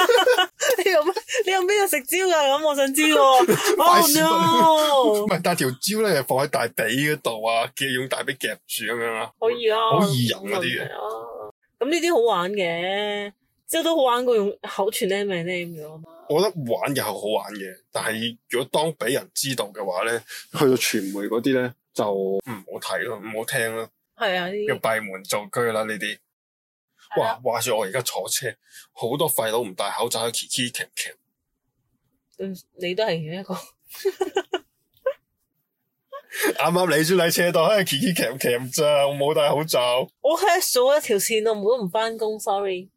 Speaker 1: 你用咩你用邊個食蕉噶？咁我想知 喎。Oh
Speaker 2: 唔
Speaker 1: no！
Speaker 2: 係，但係條蕉咧放喺大髀嗰度啊，夾用大髀夾住咁樣啦。
Speaker 1: 可以啊，
Speaker 2: 好易飲嗰啲嘅
Speaker 1: 係啊。咁呢啲好玩嘅，即係都好玩過用口傳 name and name 嘅嘛。
Speaker 2: 我覺得玩嘅係好玩嘅，但係如果當俾人知道嘅話咧，去到傳媒嗰啲咧就唔好睇咯，唔好聽咯，
Speaker 1: 係啊，呢
Speaker 2: 要
Speaker 1: 啲
Speaker 2: 閉門造車啦呢啲。
Speaker 1: 係
Speaker 2: 哇
Speaker 1: 啊！
Speaker 2: 話說我而家坐車，好多廢佬唔戴口罩喺 Kiki 騎騎，
Speaker 1: 嗯你都係其中一個。
Speaker 2: 啱啱你先喺車度喺 Kiki 騎騎咋，我冇戴口罩。
Speaker 1: 我 hash 咗一條線，我冇都唔翻工，sorry。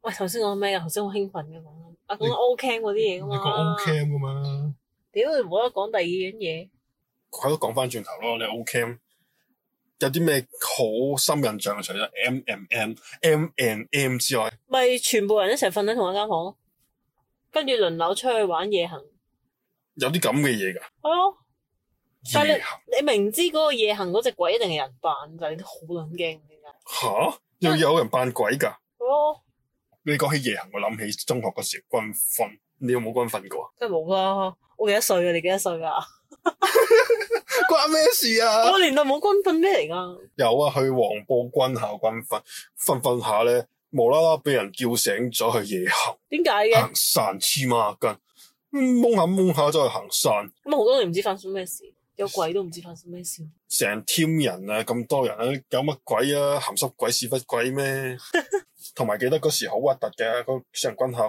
Speaker 1: 喂，頭先講咩啊？頭先好興奮嘅講緊，啊講緊
Speaker 2: 你
Speaker 1: O cam 嗰啲嘢
Speaker 2: 你
Speaker 1: 噶
Speaker 2: 個
Speaker 1: 嘛。
Speaker 2: O cam 噶嘛？
Speaker 1: 屌，你唔好得講第二樣嘢。
Speaker 2: 佢都講翻轉頭咯，你 O cam 有啲咩好深印象？除咗 M M M M M M 之外，
Speaker 1: 咪全部人一齊瞓喺同一間房咯，跟住輪流出去玩夜行。
Speaker 2: 有啲咁嘅嘢㗎。
Speaker 1: 係咯。但係
Speaker 2: 夜行
Speaker 1: 你明知嗰個夜行嗰只鬼一定係人扮，但係你都好撚驚點解？
Speaker 2: 吓？又有人扮鬼㗎？
Speaker 1: 係咯，
Speaker 2: 你講起夜行，我諗起中學嗰時軍訓，你有冇軍訓過啊？
Speaker 1: 梗係冇啦。我幾多歲啊？你幾多歲啊？
Speaker 2: 關咩事啊？
Speaker 1: 我年代冇軍訓咩嚟㗎？
Speaker 2: 有啊，去黃埔軍校軍訓，訓訓下咧，無啦啦俾人叫醒咗去夜行
Speaker 1: 點解嘅？
Speaker 2: 行山黐孖筋，嗯懵下懵下走去行山。
Speaker 1: 咁啊好多年唔知發生咩事，有鬼都唔知發生咩事。
Speaker 2: 成 team 人啊，咁多人啊，有乜鬼啊？鹹濕鬼、屎忽鬼咩？同埋記得嗰時好核突嘅，嗰上軍校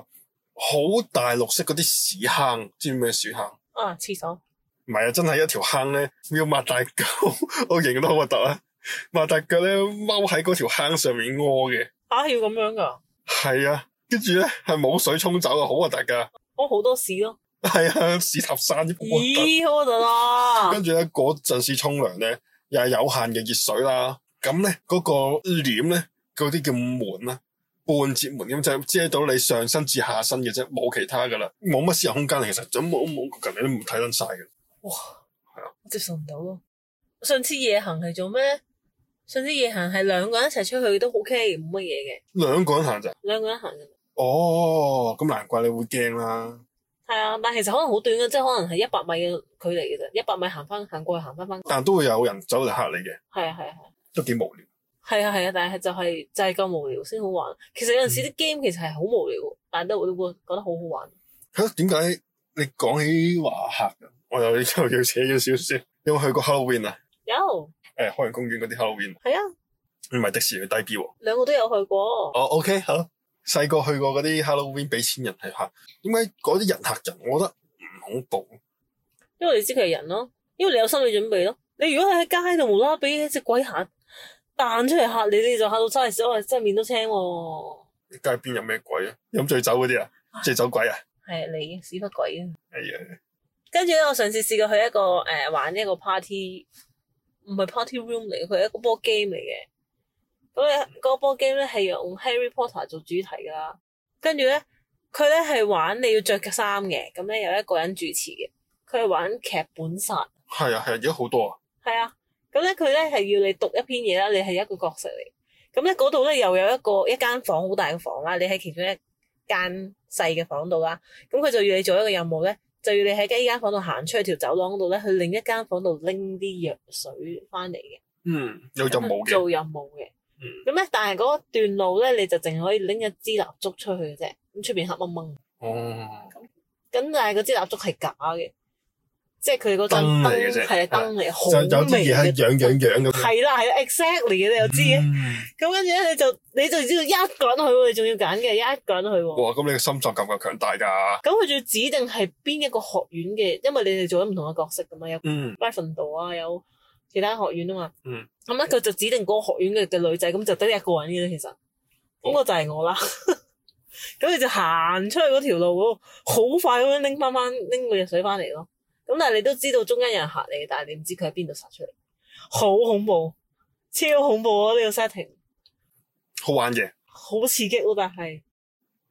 Speaker 2: 好大綠色嗰啲屎坑，知唔知咩屎坑？
Speaker 1: 啊，廁所
Speaker 2: 唔係啊，真係一條坑咧， 要擘大腳，我形容得好核突啊！擘大腳咧，踎喺嗰條坑上面屙嘅，
Speaker 1: 啊，要咁樣㗎？
Speaker 2: 係啊，跟住咧係冇水沖走啊，好核突噶，
Speaker 1: 我好多屎咯。
Speaker 2: 係啊，屎塔山啲好核突。
Speaker 1: 咦，好啊得啦！
Speaker 2: 跟住咧嗰陣時沖涼咧，又係有限嘅熱水啦。咁咧嗰個簾咧，嗰啲叫門啦，半截門咁就遮到你上身至下身嘅啫，冇其他噶啦，冇乜私人空間其實，咁冇冇個人你都唔睇得晒嘅。
Speaker 1: 我接受唔到咯。上次夜行係做咩？上次夜行係兩個人一齊出去都 OK，冇乜嘢嘅，
Speaker 2: 兩個人行咋？
Speaker 1: 兩個人行嘅。
Speaker 2: 哦，咁難怪你會驚啦。
Speaker 1: 係啊，但其實可能好短嘅，即係可能係一百米嘅距離嘅啫，一百米行翻行過去行翻翻，
Speaker 2: 但都會有人走嚟嚇你嘅，
Speaker 1: 係啊係啊
Speaker 2: 都幾無聊。
Speaker 1: 係啊係啊係啊，但係就係、就係、咁無聊先好玩。其實有陣時啲 game 其實係好無聊，但係都會會覺得好好玩。
Speaker 2: 嚇點解你講起話嚇人，我又又要 扯咗少少。有冇去過 Halloween 啊？
Speaker 1: 有
Speaker 2: 誒、海洋公園嗰啲 Halloween，
Speaker 1: 係啊，
Speaker 2: 唔係迪士尼嘅低啊 B 喎。
Speaker 1: 兩個都有去過。
Speaker 2: 哦，OK，好。細個去過嗰啲 Halloween 俾錢人係嚇，點解嗰啲人嚇人？我覺得唔恐怖。
Speaker 1: 因為你知佢係人咯，因為你有心理準備咯。你如果係喺街度無啦啦俾一隻鬼嚇彈出嚟嚇你，你就嚇到真係我真係面都青喎、
Speaker 2: 街邊有咩鬼啊？飲醉酒嗰啲啊，醉酒鬼啊！
Speaker 1: 係啊你屎忽鬼啊！
Speaker 2: 哎呀，
Speaker 1: 跟住咧，我上次試過去一個誒、呃玩一個 party，唔係 party room 嚟嘅，佢係一個 board game 嚟嘅。咁咧，嗰個 board game 咧係用 Harry Potter 做主題㗎啦。跟住咧，佢咧係玩你要着嘅衫嘅，咁咧有一個人主持嘅。佢係玩劇本殺，
Speaker 2: 係啊係啊，而家好多啊，
Speaker 1: 係啊。咁咧佢咧係要你讀一篇嘢啦，你係一個角色嚟。咁咧嗰度咧又有一個一間房好大嘅房啦，你喺其中一間細嘅房度啦。咁佢就要你做一個任務咧，就要你喺呢間房度行出去條走廊度咧，去另一間房度拎啲藥水翻嚟嘅，
Speaker 2: 嗯，有任務嘅，
Speaker 1: 做任務嘅
Speaker 2: 嗯。
Speaker 1: 咁咧、但係嗰段路咧，你就淨係可以拎一支蠟燭出去嘅啫，咁出邊黑掹掹。
Speaker 2: 哦，
Speaker 1: 咁但係嗰支蠟燭係假嘅，即係佢嗰
Speaker 2: 燈
Speaker 1: 陣
Speaker 2: 嚟嘅啫
Speaker 1: 係啊燈嚟，好
Speaker 2: 就有啲嘢係
Speaker 1: 樣
Speaker 2: 樣樣樣咁樣。
Speaker 1: 係啦係啦，exactly 嘅你又知嘅。
Speaker 2: 嗯
Speaker 1: 咁跟住咧，你就你就知道一個人去喎，你仲要揀嘅一個人去喎。
Speaker 2: 哇！咁你嘅心臟夠唔夠強大㗎？
Speaker 1: 咁佢仲要指定係邊一個學院嘅，因為你哋做咗唔同嘅角色噶嘛，有
Speaker 2: 嗯
Speaker 1: r y f o n d 啊，有其他學院啊嘛。
Speaker 2: 嗯。
Speaker 1: 咁咧，佢就指定嗰個學院嘅嘅女仔，咁就得一個人嘅啫，其實。咁我就係我啦。 咁你就行出去嗰條路嗰度，好快咁樣拎翻翻拎個藥水翻嚟咯。咁但係你都知道中間有人嚇你嘅，但係你唔知佢喺邊度殺出嚟，好恐怖，超恐怖啊！呢、個 setting
Speaker 2: 好玩嘅。
Speaker 1: 好刺激咯，但係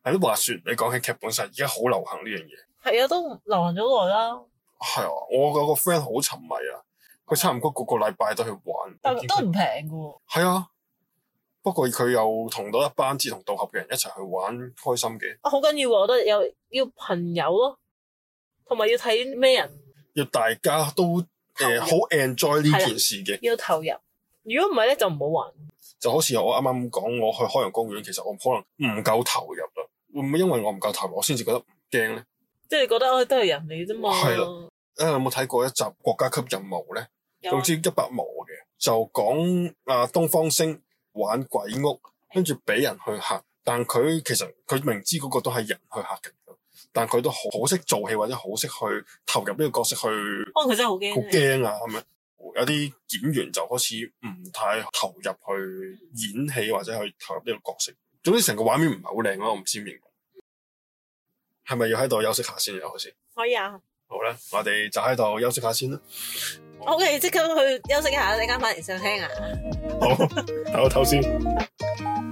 Speaker 2: 但啲話説，你講起劇本殺，而家好流行呢樣嘢。
Speaker 1: 係啊，都流行咗好耐啦，
Speaker 2: 係啊，我有個 friend 好沉迷啊，佢差唔多個個禮拜都去玩。
Speaker 1: 但係都唔平嘅喎。
Speaker 2: 係啊，不過佢又同到一班志同道合嘅人一齊去玩，開心嘅。
Speaker 1: 啊，好緊要喎，我覺得有要朋友咯，同埋要睇咩人。
Speaker 2: 要大家都誒好 enjoy 呢件事嘅，
Speaker 1: 要投入。如果唔係咧，就唔好玩。
Speaker 2: 就好似我啱啱講，我去海洋公園，其實我可能唔夠投入啦。會唔會因為我唔夠投入，我先至覺得唔驚咧？
Speaker 1: 即係你覺得哦，都係人嚟啫嘛。
Speaker 2: 係咯誒、有冇睇過一集國家級任務咧？
Speaker 1: 有啊
Speaker 2: 總之一百毛嘅，就講啊東方星玩鬼屋，跟住俾人去嚇，但佢其實佢明知嗰個都係人去嚇嘅，但佢都好好識做戲或者好識去投入呢個角色去。
Speaker 1: 可能佢真係好
Speaker 2: 好
Speaker 1: 驚。
Speaker 2: 驚啊咁樣。有啲演員就開始唔太投入去演戲或者去投入呢個角色。總之成個畫面唔係好靚咯，我唔知點形容。係咪要喺度休息下先又開始？
Speaker 1: 可以啊。
Speaker 2: 好啦，我哋就喺度休息下先啦。
Speaker 1: OK，即刻去休息一下，陣間翻嚟上聽啊。
Speaker 2: 好，唞一唞先。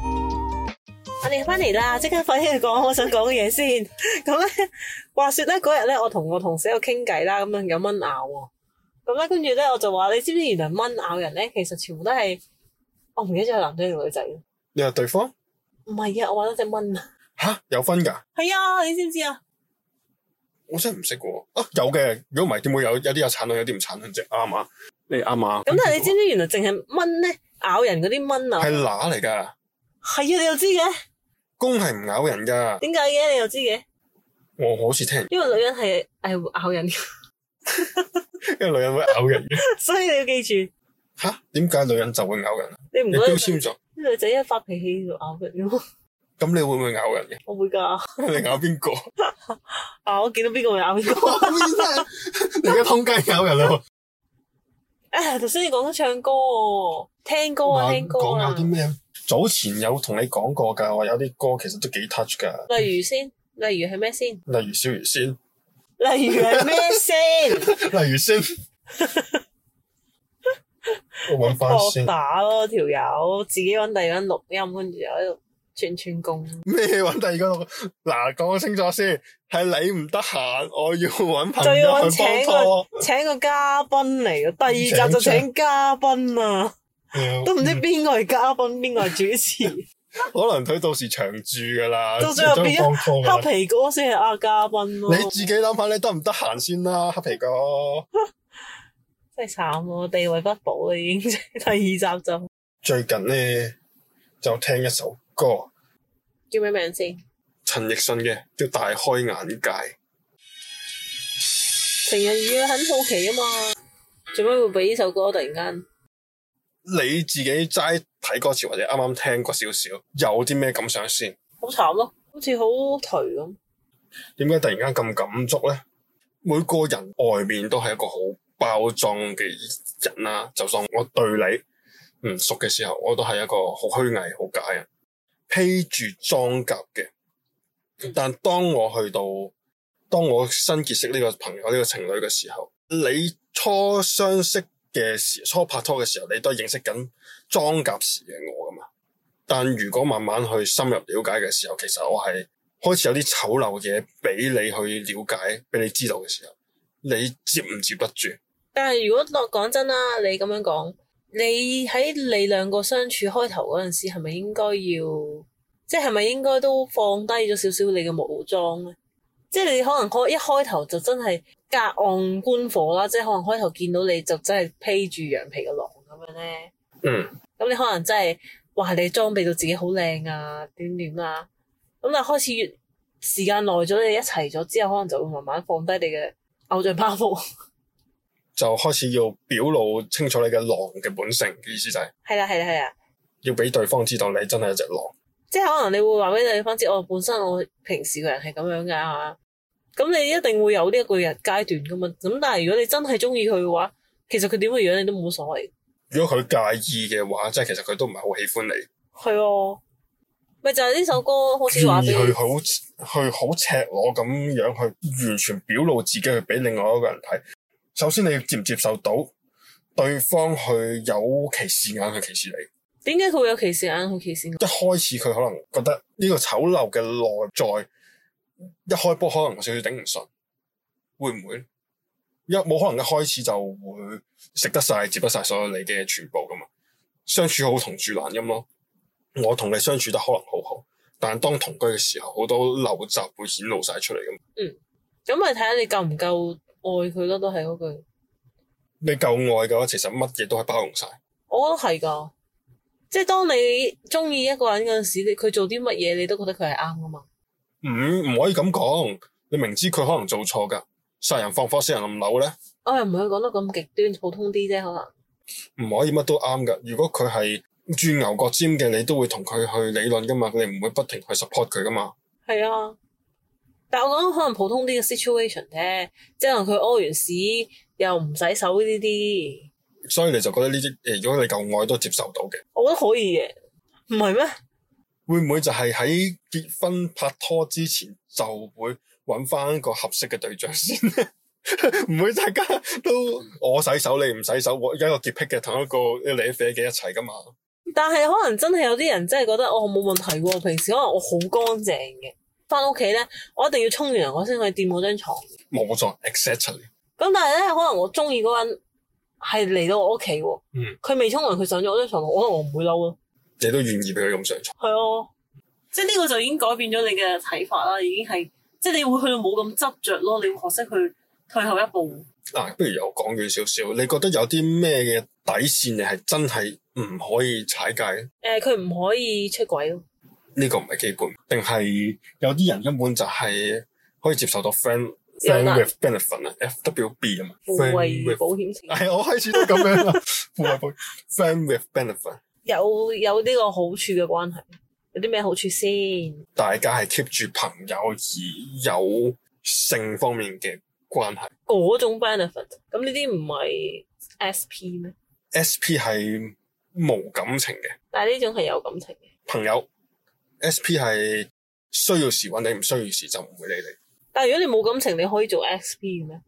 Speaker 1: 我哋翻嚟啦，即刻快啲去講我想講嘅嘢先。 咁咧，話說咧嗰日咧，我同我同事喺度傾偈啦，咁樣有蚊咬喎。咁咧，跟住咧，我就話你知唔知原來蚊咬人咧，其實全部都係我唔記得咗係男仔定女仔。
Speaker 2: 你話對方
Speaker 1: 唔係啊，我話得隻蚊啊。
Speaker 2: 吓、有分㗎？
Speaker 1: 係啊，你知唔知啊？
Speaker 2: 我真係唔識喎。啊有嘅，如果唔係點會有有啲有產卵，有啲唔產卵啫？啱啊，你啱啊。
Speaker 1: 咁但係你知唔知原來淨係蚊咧咬人嗰啲蚊啊？
Speaker 2: 係乸嚟㗎，
Speaker 1: 係啊，你又知嘅？
Speaker 2: 公係唔咬人㗎。
Speaker 1: 點解嘅？你又知嘅？
Speaker 2: 我好似聽人，
Speaker 1: 因為女人係係會咬人嘅，
Speaker 2: 因為女人會咬人嘅。
Speaker 1: 所以你要記住，
Speaker 2: 吓？點解女人就會咬人？啊
Speaker 1: 你唔
Speaker 2: 你
Speaker 1: 覺得
Speaker 2: 標籤咗，
Speaker 1: 啲女仔一發脾氣就咬人嘅咩？
Speaker 2: 咁你會唔會咬人嘅？
Speaker 1: 我會㗎，
Speaker 2: 你咬邊個？
Speaker 1: 啊！ 我見啊到邊個咪咬邊個。
Speaker 2: 你而家通街咬人啦！
Speaker 1: 哎誒，頭先你講緊唱歌喎，聽歌啊，聽歌
Speaker 2: 講
Speaker 1: 啊
Speaker 2: 下，啲咩？早前有同你講過㗎，話有啲歌其實都幾 touch 㗎，
Speaker 1: 例如先，例如係咩 先？
Speaker 2: 例如小魚仙，
Speaker 1: 例如係咩先？
Speaker 2: 例 如仙，我揾翻
Speaker 1: 搏
Speaker 2: 先
Speaker 1: 打咯，條友自己揾第二個人錄音，跟住又喺度串串工。
Speaker 2: 咩？揾第二個嗱，講清楚先，係你唔得閒，我要揾朋
Speaker 1: 就要
Speaker 2: 友
Speaker 1: 揾
Speaker 2: 去
Speaker 1: 請
Speaker 2: 幫
Speaker 1: 個
Speaker 2: 拖。
Speaker 1: 請個嘉賓嚟嘅，第二集就請嘉賓啊，都唔知
Speaker 2: 嗯
Speaker 1: 邊個係嘉賓，邊個係主持。
Speaker 2: 可能佢到時長住㗎啦，
Speaker 1: 到最後變咗
Speaker 2: 幫拖㗎啦
Speaker 1: 黑皮哥先係啊嘉賓咯，
Speaker 2: 你自己諗下，你得唔得閒先啦，黑皮哥。
Speaker 1: 真係慘喎，地位不保啦啊已經。 第二集就
Speaker 2: 最近咧就聽一首歌，
Speaker 1: 叫咩名先？
Speaker 2: 陳奕迅嘅叫《大開眼界》。
Speaker 1: 成日語很好奇啊嘛，做咩會俾呢首歌突然間？
Speaker 2: 你自己齋睇歌詞或者啱啱聽過少少，有啲咩感想先？
Speaker 1: 好慘咯，好似好頹咁。
Speaker 2: 點解突然間咁感觸呢？每個人外面都係一個好包裝嘅人啦，就算我對你唔熟嘅時候，我都係一個好虛偽、好假人，披住裝甲嘅。但當我去到，當我新結識呢個朋友、呢、個情侶嘅時候，你初相識嘅時、初拍拖嘅時候，你都係認識緊裝甲時嘅我噶嘛。但如果慢慢去深入了解嘅時候，其實我係開始有啲醜陋嘢俾你去了解，俾你知道嘅時候，你接唔接得住？
Speaker 1: 但係如果落講真啦，你咁樣講，你喺你兩個相處開頭嗰陣時，係咪應該要，即係咪應該都放低咗少少你嘅武裝咧？即係你可能開一開頭就真係隔岸觀火啦，即係可能開頭見到你就真係披住羊皮嘅狼咁樣咧。
Speaker 2: 嗯，
Speaker 1: 咁你可能真係哇你裝備到自己好靚啊，點點啊，咁但係開始越時間耐咗，你一齊咗之後，可能就會慢慢放低你嘅偶像包袱。
Speaker 2: 就開始要表露清楚你嘅狼嘅本性嘅意思就係、
Speaker 1: 係啦係啦係啦，
Speaker 2: 要俾對方知道你真係一隻狼。
Speaker 1: 即係可能你會話俾對方知，我本身我平時個人係咁樣㗎，咁你一定會有呢一個人階段噶嘛。咁但係如果你真係中意佢嘅話，其實佢點嘅樣你都冇所謂。
Speaker 2: 如果佢介意嘅話，即係其實佢都唔係好喜歡你。
Speaker 1: 係啊，咪就係呢首歌好似話
Speaker 2: 而
Speaker 1: 俾
Speaker 2: 佢
Speaker 1: 你
Speaker 2: 好去好赤裸咁樣去完全表露自己去俾另外一個人睇。首先你要接唔接受到對方去有歧視眼去歧視你？
Speaker 1: 點解佢會有歧視眼同歧視我？
Speaker 2: 一開始佢可能覺得呢個醜陋嘅內在，一開波可能有少少頂唔順，會唔會？一冇可能一開始就會食得晒、接得晒所有你嘅全部噶嘛？相處好同住難音咯。我同你相處得可能好好，但係當同居嘅時候，好多陋習會顯露晒出嚟噶嘛
Speaker 1: 咁咪睇下你夠唔夠愛佢咯，都係嗰句。
Speaker 2: 你夠愛嘅話，其實乜嘢都係包容晒。
Speaker 1: 我覺得係㗎，即係當你中意一個人嗰陣時，你佢做啲乜嘢你都覺得佢係啱噶嘛。
Speaker 2: 唔、嗯唔可以咁講，你明知佢可能做錯㗎，殺人放火、死人冧樓咧，
Speaker 1: 我又唔會講得咁極端，普通啲啫，可能。
Speaker 2: 唔可以乜都啱㗎。如果佢係轉牛角尖嘅，你都會同佢去理論㗎嘛，你唔會不停去 support 佢㗎嘛。
Speaker 1: 係啊，但我講可能普通啲嘅 situation 啫，即係可能佢屙完屎又唔洗手呢啲，
Speaker 2: 所以你就覺得呢啲誒，如果你夠愛都接受到嘅，
Speaker 1: 我覺得可以嘅，唔係咩？
Speaker 2: 會唔會就係喺結婚拍拖之前就會揾翻個合適嘅對象先 咧？唔會大家都我洗手你唔洗手，我一個潔癖嘅同一個你啡嘅一齊㗎嘛？
Speaker 1: 但係可能真係有啲人真係覺得我冇問題喎，平時可能我好乾淨嘅，翻屋企咧我一定要沖完涼我先可以掂嗰張床。
Speaker 2: 冇錯，exactly。
Speaker 1: 咁但係咧，可能我中意嗰個人係嚟到我屋企喎
Speaker 2: 嗯，
Speaker 1: 佢未沖涼佢上咗我張床，我覺得我唔會嬲咯。
Speaker 2: 你都願意俾佢咁上床，
Speaker 1: 係啊，即係呢個就已經改變咗你嘅睇法啦，已經係即係你會去到冇咁執着咯，你會學識去退後一步。
Speaker 2: 嗱、不如又講遠少少，你覺得有啲咩嘅底線你係真係唔可以踩界咧？
Speaker 1: 誒、佢唔可以出軌咯。
Speaker 2: 呢、個唔係基本，定係有啲人根本就係可以接受到 friend
Speaker 1: 有啦
Speaker 2: friend with benefit 啊，FWB 啊嘛
Speaker 1: 互
Speaker 2: ，friend
Speaker 1: 惠
Speaker 2: with
Speaker 1: 保險情
Speaker 2: 係我開始都咁樣啦，互惠保 friend with benefit，
Speaker 1: 有有呢個好處嘅關係，有啲咩好處先？
Speaker 2: 大家係 keep 住朋友而有性方面嘅關係。
Speaker 1: 嗰種 benefit，咁呢啲唔係 SP 咩？
Speaker 2: SP 係無感情嘅。
Speaker 1: 但係呢種係有感情嘅。
Speaker 2: 朋友，SP 係需要時揾你，唔需要時就唔會理你，
Speaker 1: 但係如果你冇感情，你可以做 XP 嘅咩？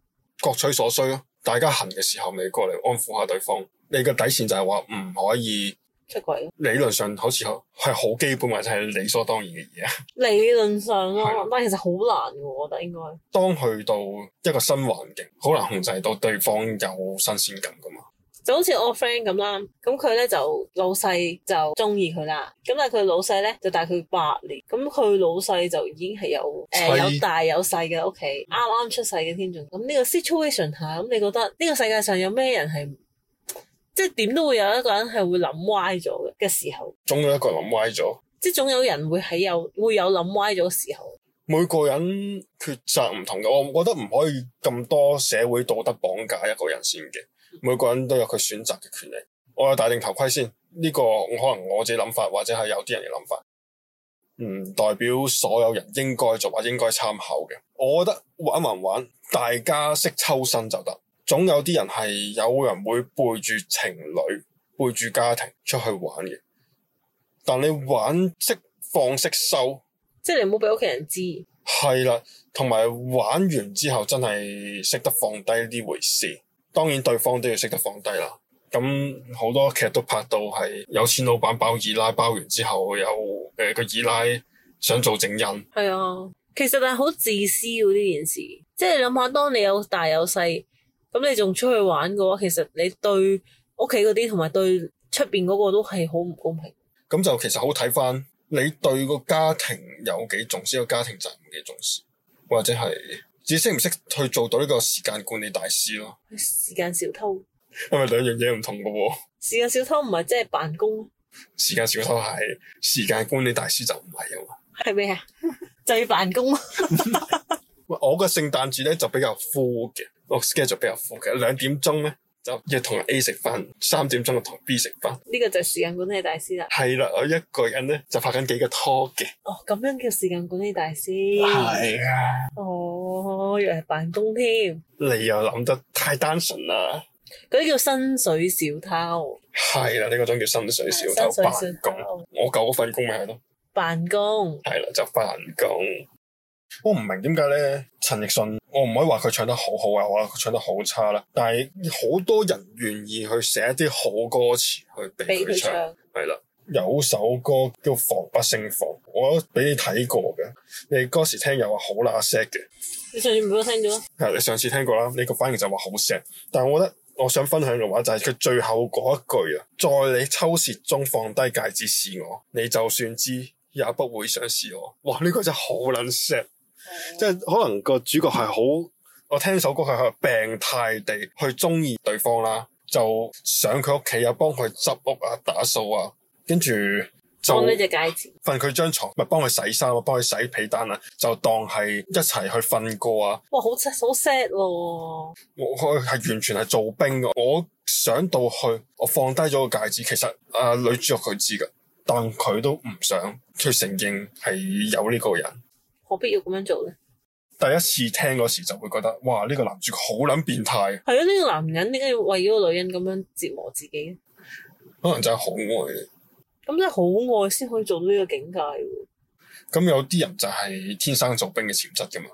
Speaker 2: 各取所需咯。大家痕嘅時候，咪過嚟安撫下對方。你嘅底線就係話唔可以，
Speaker 1: 出軌咯，
Speaker 2: 理論上好似係好基本或者係理所當然嘅嘢。
Speaker 1: 理論上
Speaker 2: 係咯
Speaker 1: 咯，但係其實好難嘅喎，我覺得應該。
Speaker 2: 當去到一個新環境，好難控制到對方有新鮮感噶嘛。
Speaker 1: 就好似我 friend 咁啦，咁佢咧就老細就中意佢啦，咁但係佢老細咧就大佢八年，咁佢老細就已經係有誒、呃
Speaker 2: 細
Speaker 1: 有大有細嘅屋企，啱啱出世嘅添仲，咁呢個 situation 下，咁你覺得呢個世界上有咩人係即係點都會有一個人係會諗歪咗嘅嘅時候，
Speaker 2: 總有一個人諗歪咗，
Speaker 1: 即係總有人會喺有會有諗歪咗嘅時候，
Speaker 2: 每個人抉擇唔同嘅。我覺得唔可以咁多社會道德綁架一個人先嘅。每個人都有佢選擇嘅權利。我有戴定頭盔先，呢、個我可能我自己諗法，或者係有啲人嘅諗法，唔代表所有人應該做或者應該參考嘅。我覺得玩還玩，大家識抽身就得。總有啲人係有人會背住情侶、背住家庭出去玩嘅，但你玩識放識收
Speaker 1: 即係你唔好俾屋企人知，
Speaker 2: 係啦，同埋玩完之後真係識得放低呢回事。當然對方都要識得放低啦。咁好多劇都拍到係有錢老闆包二奶，包完之後有誒個、二奶想做正印，
Speaker 1: 係啊，其實係好自私嘅呢件事，即係你諗下，當你有大有細，咁你仲出去玩嘅話，其實你對屋企嗰啲同埋對出邊嗰個都係好唔公平。
Speaker 2: 咁就其實好睇翻你對個家庭有幾重視，個家庭責任幾重視，或者係自己識唔識去做到呢個時間管理大師咯，
Speaker 1: 時間小偷，
Speaker 2: 因為兩樣嘢唔同嘅喎。
Speaker 1: 時間小偷唔係即係辦公，
Speaker 2: 時間小偷係時間管理大師就唔係啊嘛。
Speaker 1: 係咩 啊？制辦公
Speaker 2: 喂我嘅聖誕節咧就比較 full 嘅，我 schedule 比較 full 嘅，兩點鐘咧就要同 A 食飯，三點鐘就同 B 食飯。
Speaker 1: 呢個就係時間管理大師啦。
Speaker 2: 係啦，我一個人咧就拍緊幾個拖嘅。
Speaker 1: 哦，咁樣叫時間管理大師。
Speaker 2: 係啊，
Speaker 1: 哦，原來係辦公添，
Speaker 2: 你又諗得太單純啦。
Speaker 1: 嗰啲叫薪水小偷。
Speaker 2: 係啦，呢個種叫薪水小偷
Speaker 1: 薪
Speaker 2: 辦
Speaker 1: 水小
Speaker 2: 公。
Speaker 1: 偷
Speaker 2: 我舊嗰份工咪係咯，
Speaker 1: 辦公，
Speaker 2: 係啦就翻工。我唔明點解咧，陳奕迅，我唔可以話佢唱得好好啊，我話佢唱得好差啦。但係好多人願意去寫一啲好歌詞去俾
Speaker 1: 俾
Speaker 2: 佢
Speaker 1: 佢
Speaker 2: 唱
Speaker 1: 唱。。
Speaker 2: 係啦，有首歌叫《防不勝防》，我都俾你睇過嘅。你嗰時聽又話好乸 sad 嘅，
Speaker 1: 你上次唔俾我聽咗？
Speaker 2: 係你上次聽過啦。你個反應就話好 sad，但係我覺得我想分享嘅話就係佢最後嗰一句啊，在你秋舌中放低戒指試我，你就算知也不會想試我。哇！呢、個真係好撚 sad，即係可能個主角係好，我聽首歌佢係病態地去中意對方啦，就上佢屋企啊，幫佢執屋啊、打掃啊，跟住就
Speaker 1: 放呢隻戒指，
Speaker 2: 瞓佢張床，咪幫佢洗衫啊，幫佢洗被單啊，就當係一齊去瞓過啊！
Speaker 1: 哇，好 sad 好 sad 喎！
Speaker 2: 我 我係完全係做兵嘅，我想到去，我放低咗個戒指，其實啊、女主角佢知㗎，但佢都唔想去承認係有呢個人。
Speaker 1: 何必要咁樣做咧？
Speaker 2: 第一次聽嗰時就會覺得，哇！呢、個男主角好撚變態，
Speaker 1: 係啊，呢個男人點解要為咗個女人咁樣折磨自己？
Speaker 2: 可能真係好愛嘅。
Speaker 1: 咁真係好愛先可以做到呢個境界喎。
Speaker 2: 咁有啲人就係天生做兵嘅潛質㗎嘛，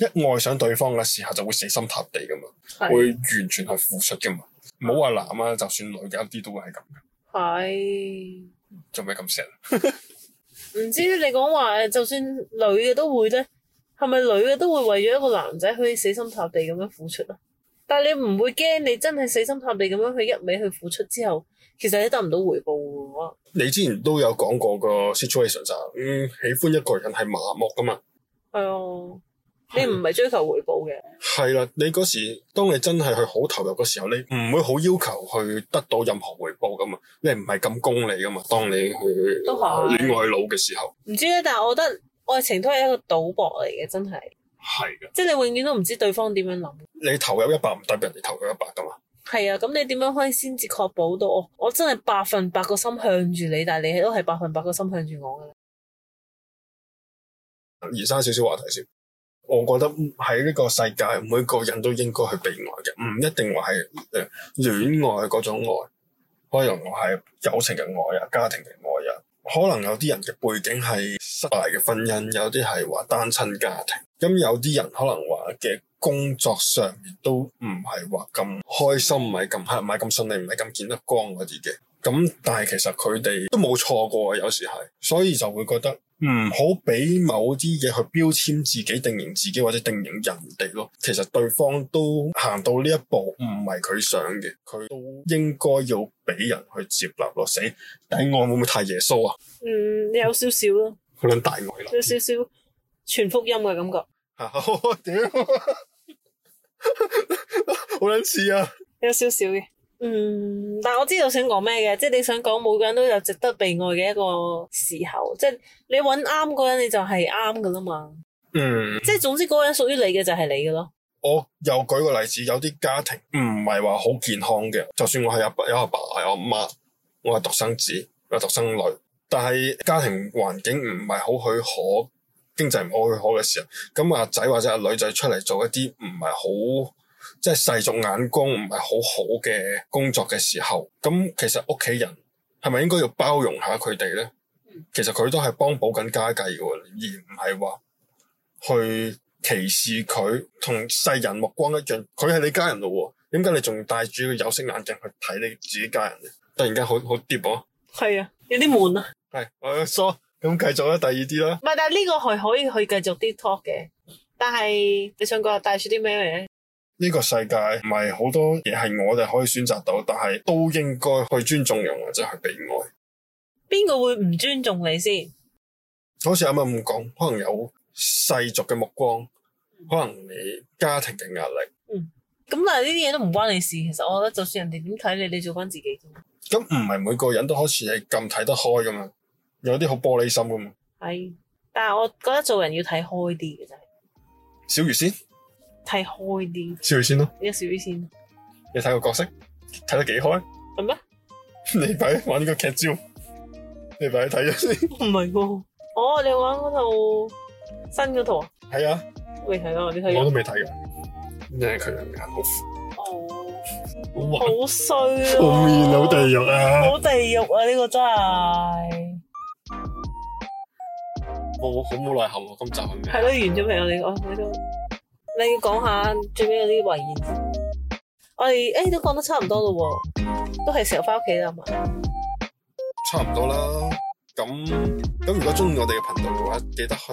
Speaker 2: 一愛上對方嘅時候就會死心塌地㗎嘛。
Speaker 1: 係
Speaker 2: 會完全係付出嘅嘛。唔好話男啊，就算女嘅一啲都會係咁嘅，
Speaker 1: 係，
Speaker 2: 做咩咁 sad？
Speaker 1: 唔知你講話誒，就算女嘅都會咧，係咪女嘅都會為咗一個男仔可以死心塌地咁樣付出啊？但係你唔會驚，你真係死心塌地咁樣去一味去付出之後，其實你得唔到回報喎。
Speaker 2: 你之前都有講過個 situation 就係嗯，喜歡一個人係麻木噶嘛。
Speaker 1: 係啊，你唔係追求回報嘅，
Speaker 2: 係啦，你嗰時當你真係去好投入嘅時候，你唔會好要求去得到任何回報噶嘛。你唔係咁功利噶嘛。當你去
Speaker 1: 都係
Speaker 2: 戀愛腦嘅時候，
Speaker 1: 唔知咧。但係我覺得愛情都係一個賭博嚟嘅，真係，
Speaker 2: 係嘅。
Speaker 1: 即係你永遠都唔知對方點樣諗。
Speaker 2: 你投入一百唔代表人哋投入一百噶嘛。
Speaker 1: 係啊，咁你點樣可以先至確保到我？我真係百分百個心向住你，但係你都係百分百個心向住我嘅咧。
Speaker 2: 延伸少少話題先。我覺得喺呢個世界，每個人都應該去被愛嘅，唔一定話係誒戀愛嗰種愛，可能我係友情嘅愛啊、家庭嘅愛啊，可能有啲人嘅背景係失敗嘅婚姻，有啲係話單親家庭，咁有啲人可能話嘅工作上面都唔係話咁開心，唔係咁黑，唔係咁順利，唔係咁見得光嗰啲嘅。咁但係其實佢哋都冇錯過啊，有時係，所以就會覺得唔好俾某啲嘢去標籤自己、定型自己或者定型人哋咯。其實對方都行到呢一步，唔係佢想嘅，佢都應該要俾人去接納咯。死頂我會唔會太耶穌啊？
Speaker 1: 嗯，有少少咯，
Speaker 2: 好撚大愛啦！
Speaker 1: 有少少全福音嘅感覺，
Speaker 2: 我屌， 好撚似啊！
Speaker 1: 有少少嘅。嗯，但係我知道想講咩嘅，即係你想講每個人都有值得被愛嘅一個時候，即係你揾啱嗰人，你就係啱噶啦嘛。
Speaker 2: 嗯。
Speaker 1: 即係總之嗰個人屬於你嘅就係你嘅咯。
Speaker 2: 我又舉個例子，有啲家庭唔係話好健康嘅，就算我係阿爸有阿爸有阿媽，我係獨生子，有獨生女，但係家庭環境唔係好許可，經濟唔好許可嘅時候，咁阿仔或者阿女仔出嚟做一啲唔係好即係世俗眼光唔係好好嘅工作嘅時候，咁其實屋企人係咪應該要包容下佢哋呢？其實佢都係幫補緊家計嘅喎，而唔係話。去歧視佢，同世人目光一樣，佢係你家人咯喎，點解你仲戴住個有色眼鏡去睇你自己家人咧？突然間好好跌啊！
Speaker 1: 係啊，有啲悶啊。
Speaker 2: 係，我疏咁繼續啦，第二啲啦，
Speaker 1: 唔係，但係呢個係可以去繼續啲 talk 嘅。但係你想講帶出啲咩嚟咧？
Speaker 2: 呢個世界唔係好多嘢係我哋可以選擇到，但係都應該去尊重人或者去被愛。
Speaker 1: 邊個會唔尊重你先？
Speaker 2: 好似啱啱咁講，可能有世俗嘅目光，可能你家庭嘅壓力。
Speaker 1: 咁但係呢啲嘢都唔關你事，其實我覺得就算人哋點睇你，你做翻自己啫嘛。
Speaker 2: 咁唔係每個人都好似係咁睇得開噶嘛，有啲好玻璃心噶嘛。
Speaker 1: 係，但係我覺得做人要睇開啲嘅真係，
Speaker 2: 小魚先，
Speaker 1: 睇開啲，
Speaker 2: 小魚先咯，
Speaker 1: 一少啲先，
Speaker 2: 你睇個角色睇得幾開？
Speaker 1: 係咩？
Speaker 2: 你咪玩呢個劇照，你咪睇咗先。
Speaker 1: 唔係喎，哦，你玩嗰套新嗰套啊？
Speaker 2: 係啊，
Speaker 1: 未睇啊，你睇
Speaker 2: 我
Speaker 1: 咗
Speaker 2: 都未睇噶，因為佢人眼好
Speaker 1: 哦，
Speaker 2: 好滑，
Speaker 1: 好 衰啊！
Speaker 2: 好面好地獄啊！
Speaker 1: 好地獄啊！呢個真係
Speaker 2: 我好冇內涵喎，今集係咩
Speaker 1: 係咯，完咗未？我啊哋我喺度，你講下最尾嗰啲遺言先。我哋誒、都講得差唔多咯喎，都係時候翻屋企啦嘛。
Speaker 2: 差唔多啦。咁咁，如果中意我哋嘅頻道嘅話，記得去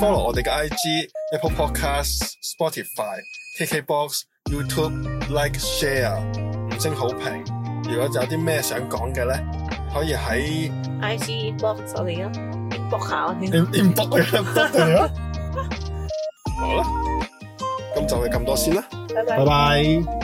Speaker 2: follow 我哋嘅 IG、Apple Podcast、Spotify、KKBox、YouTube、Like、Share 五星好評。如果有啲咩想講嘅咧，可以喺
Speaker 1: I G inbox 我哋啊，inbox 下我哋。
Speaker 2: in inbox 嘅 inbox 嚟啊啊。好啦，咁就係咁多先啦，
Speaker 1: 拜拜
Speaker 2: 拜。拜。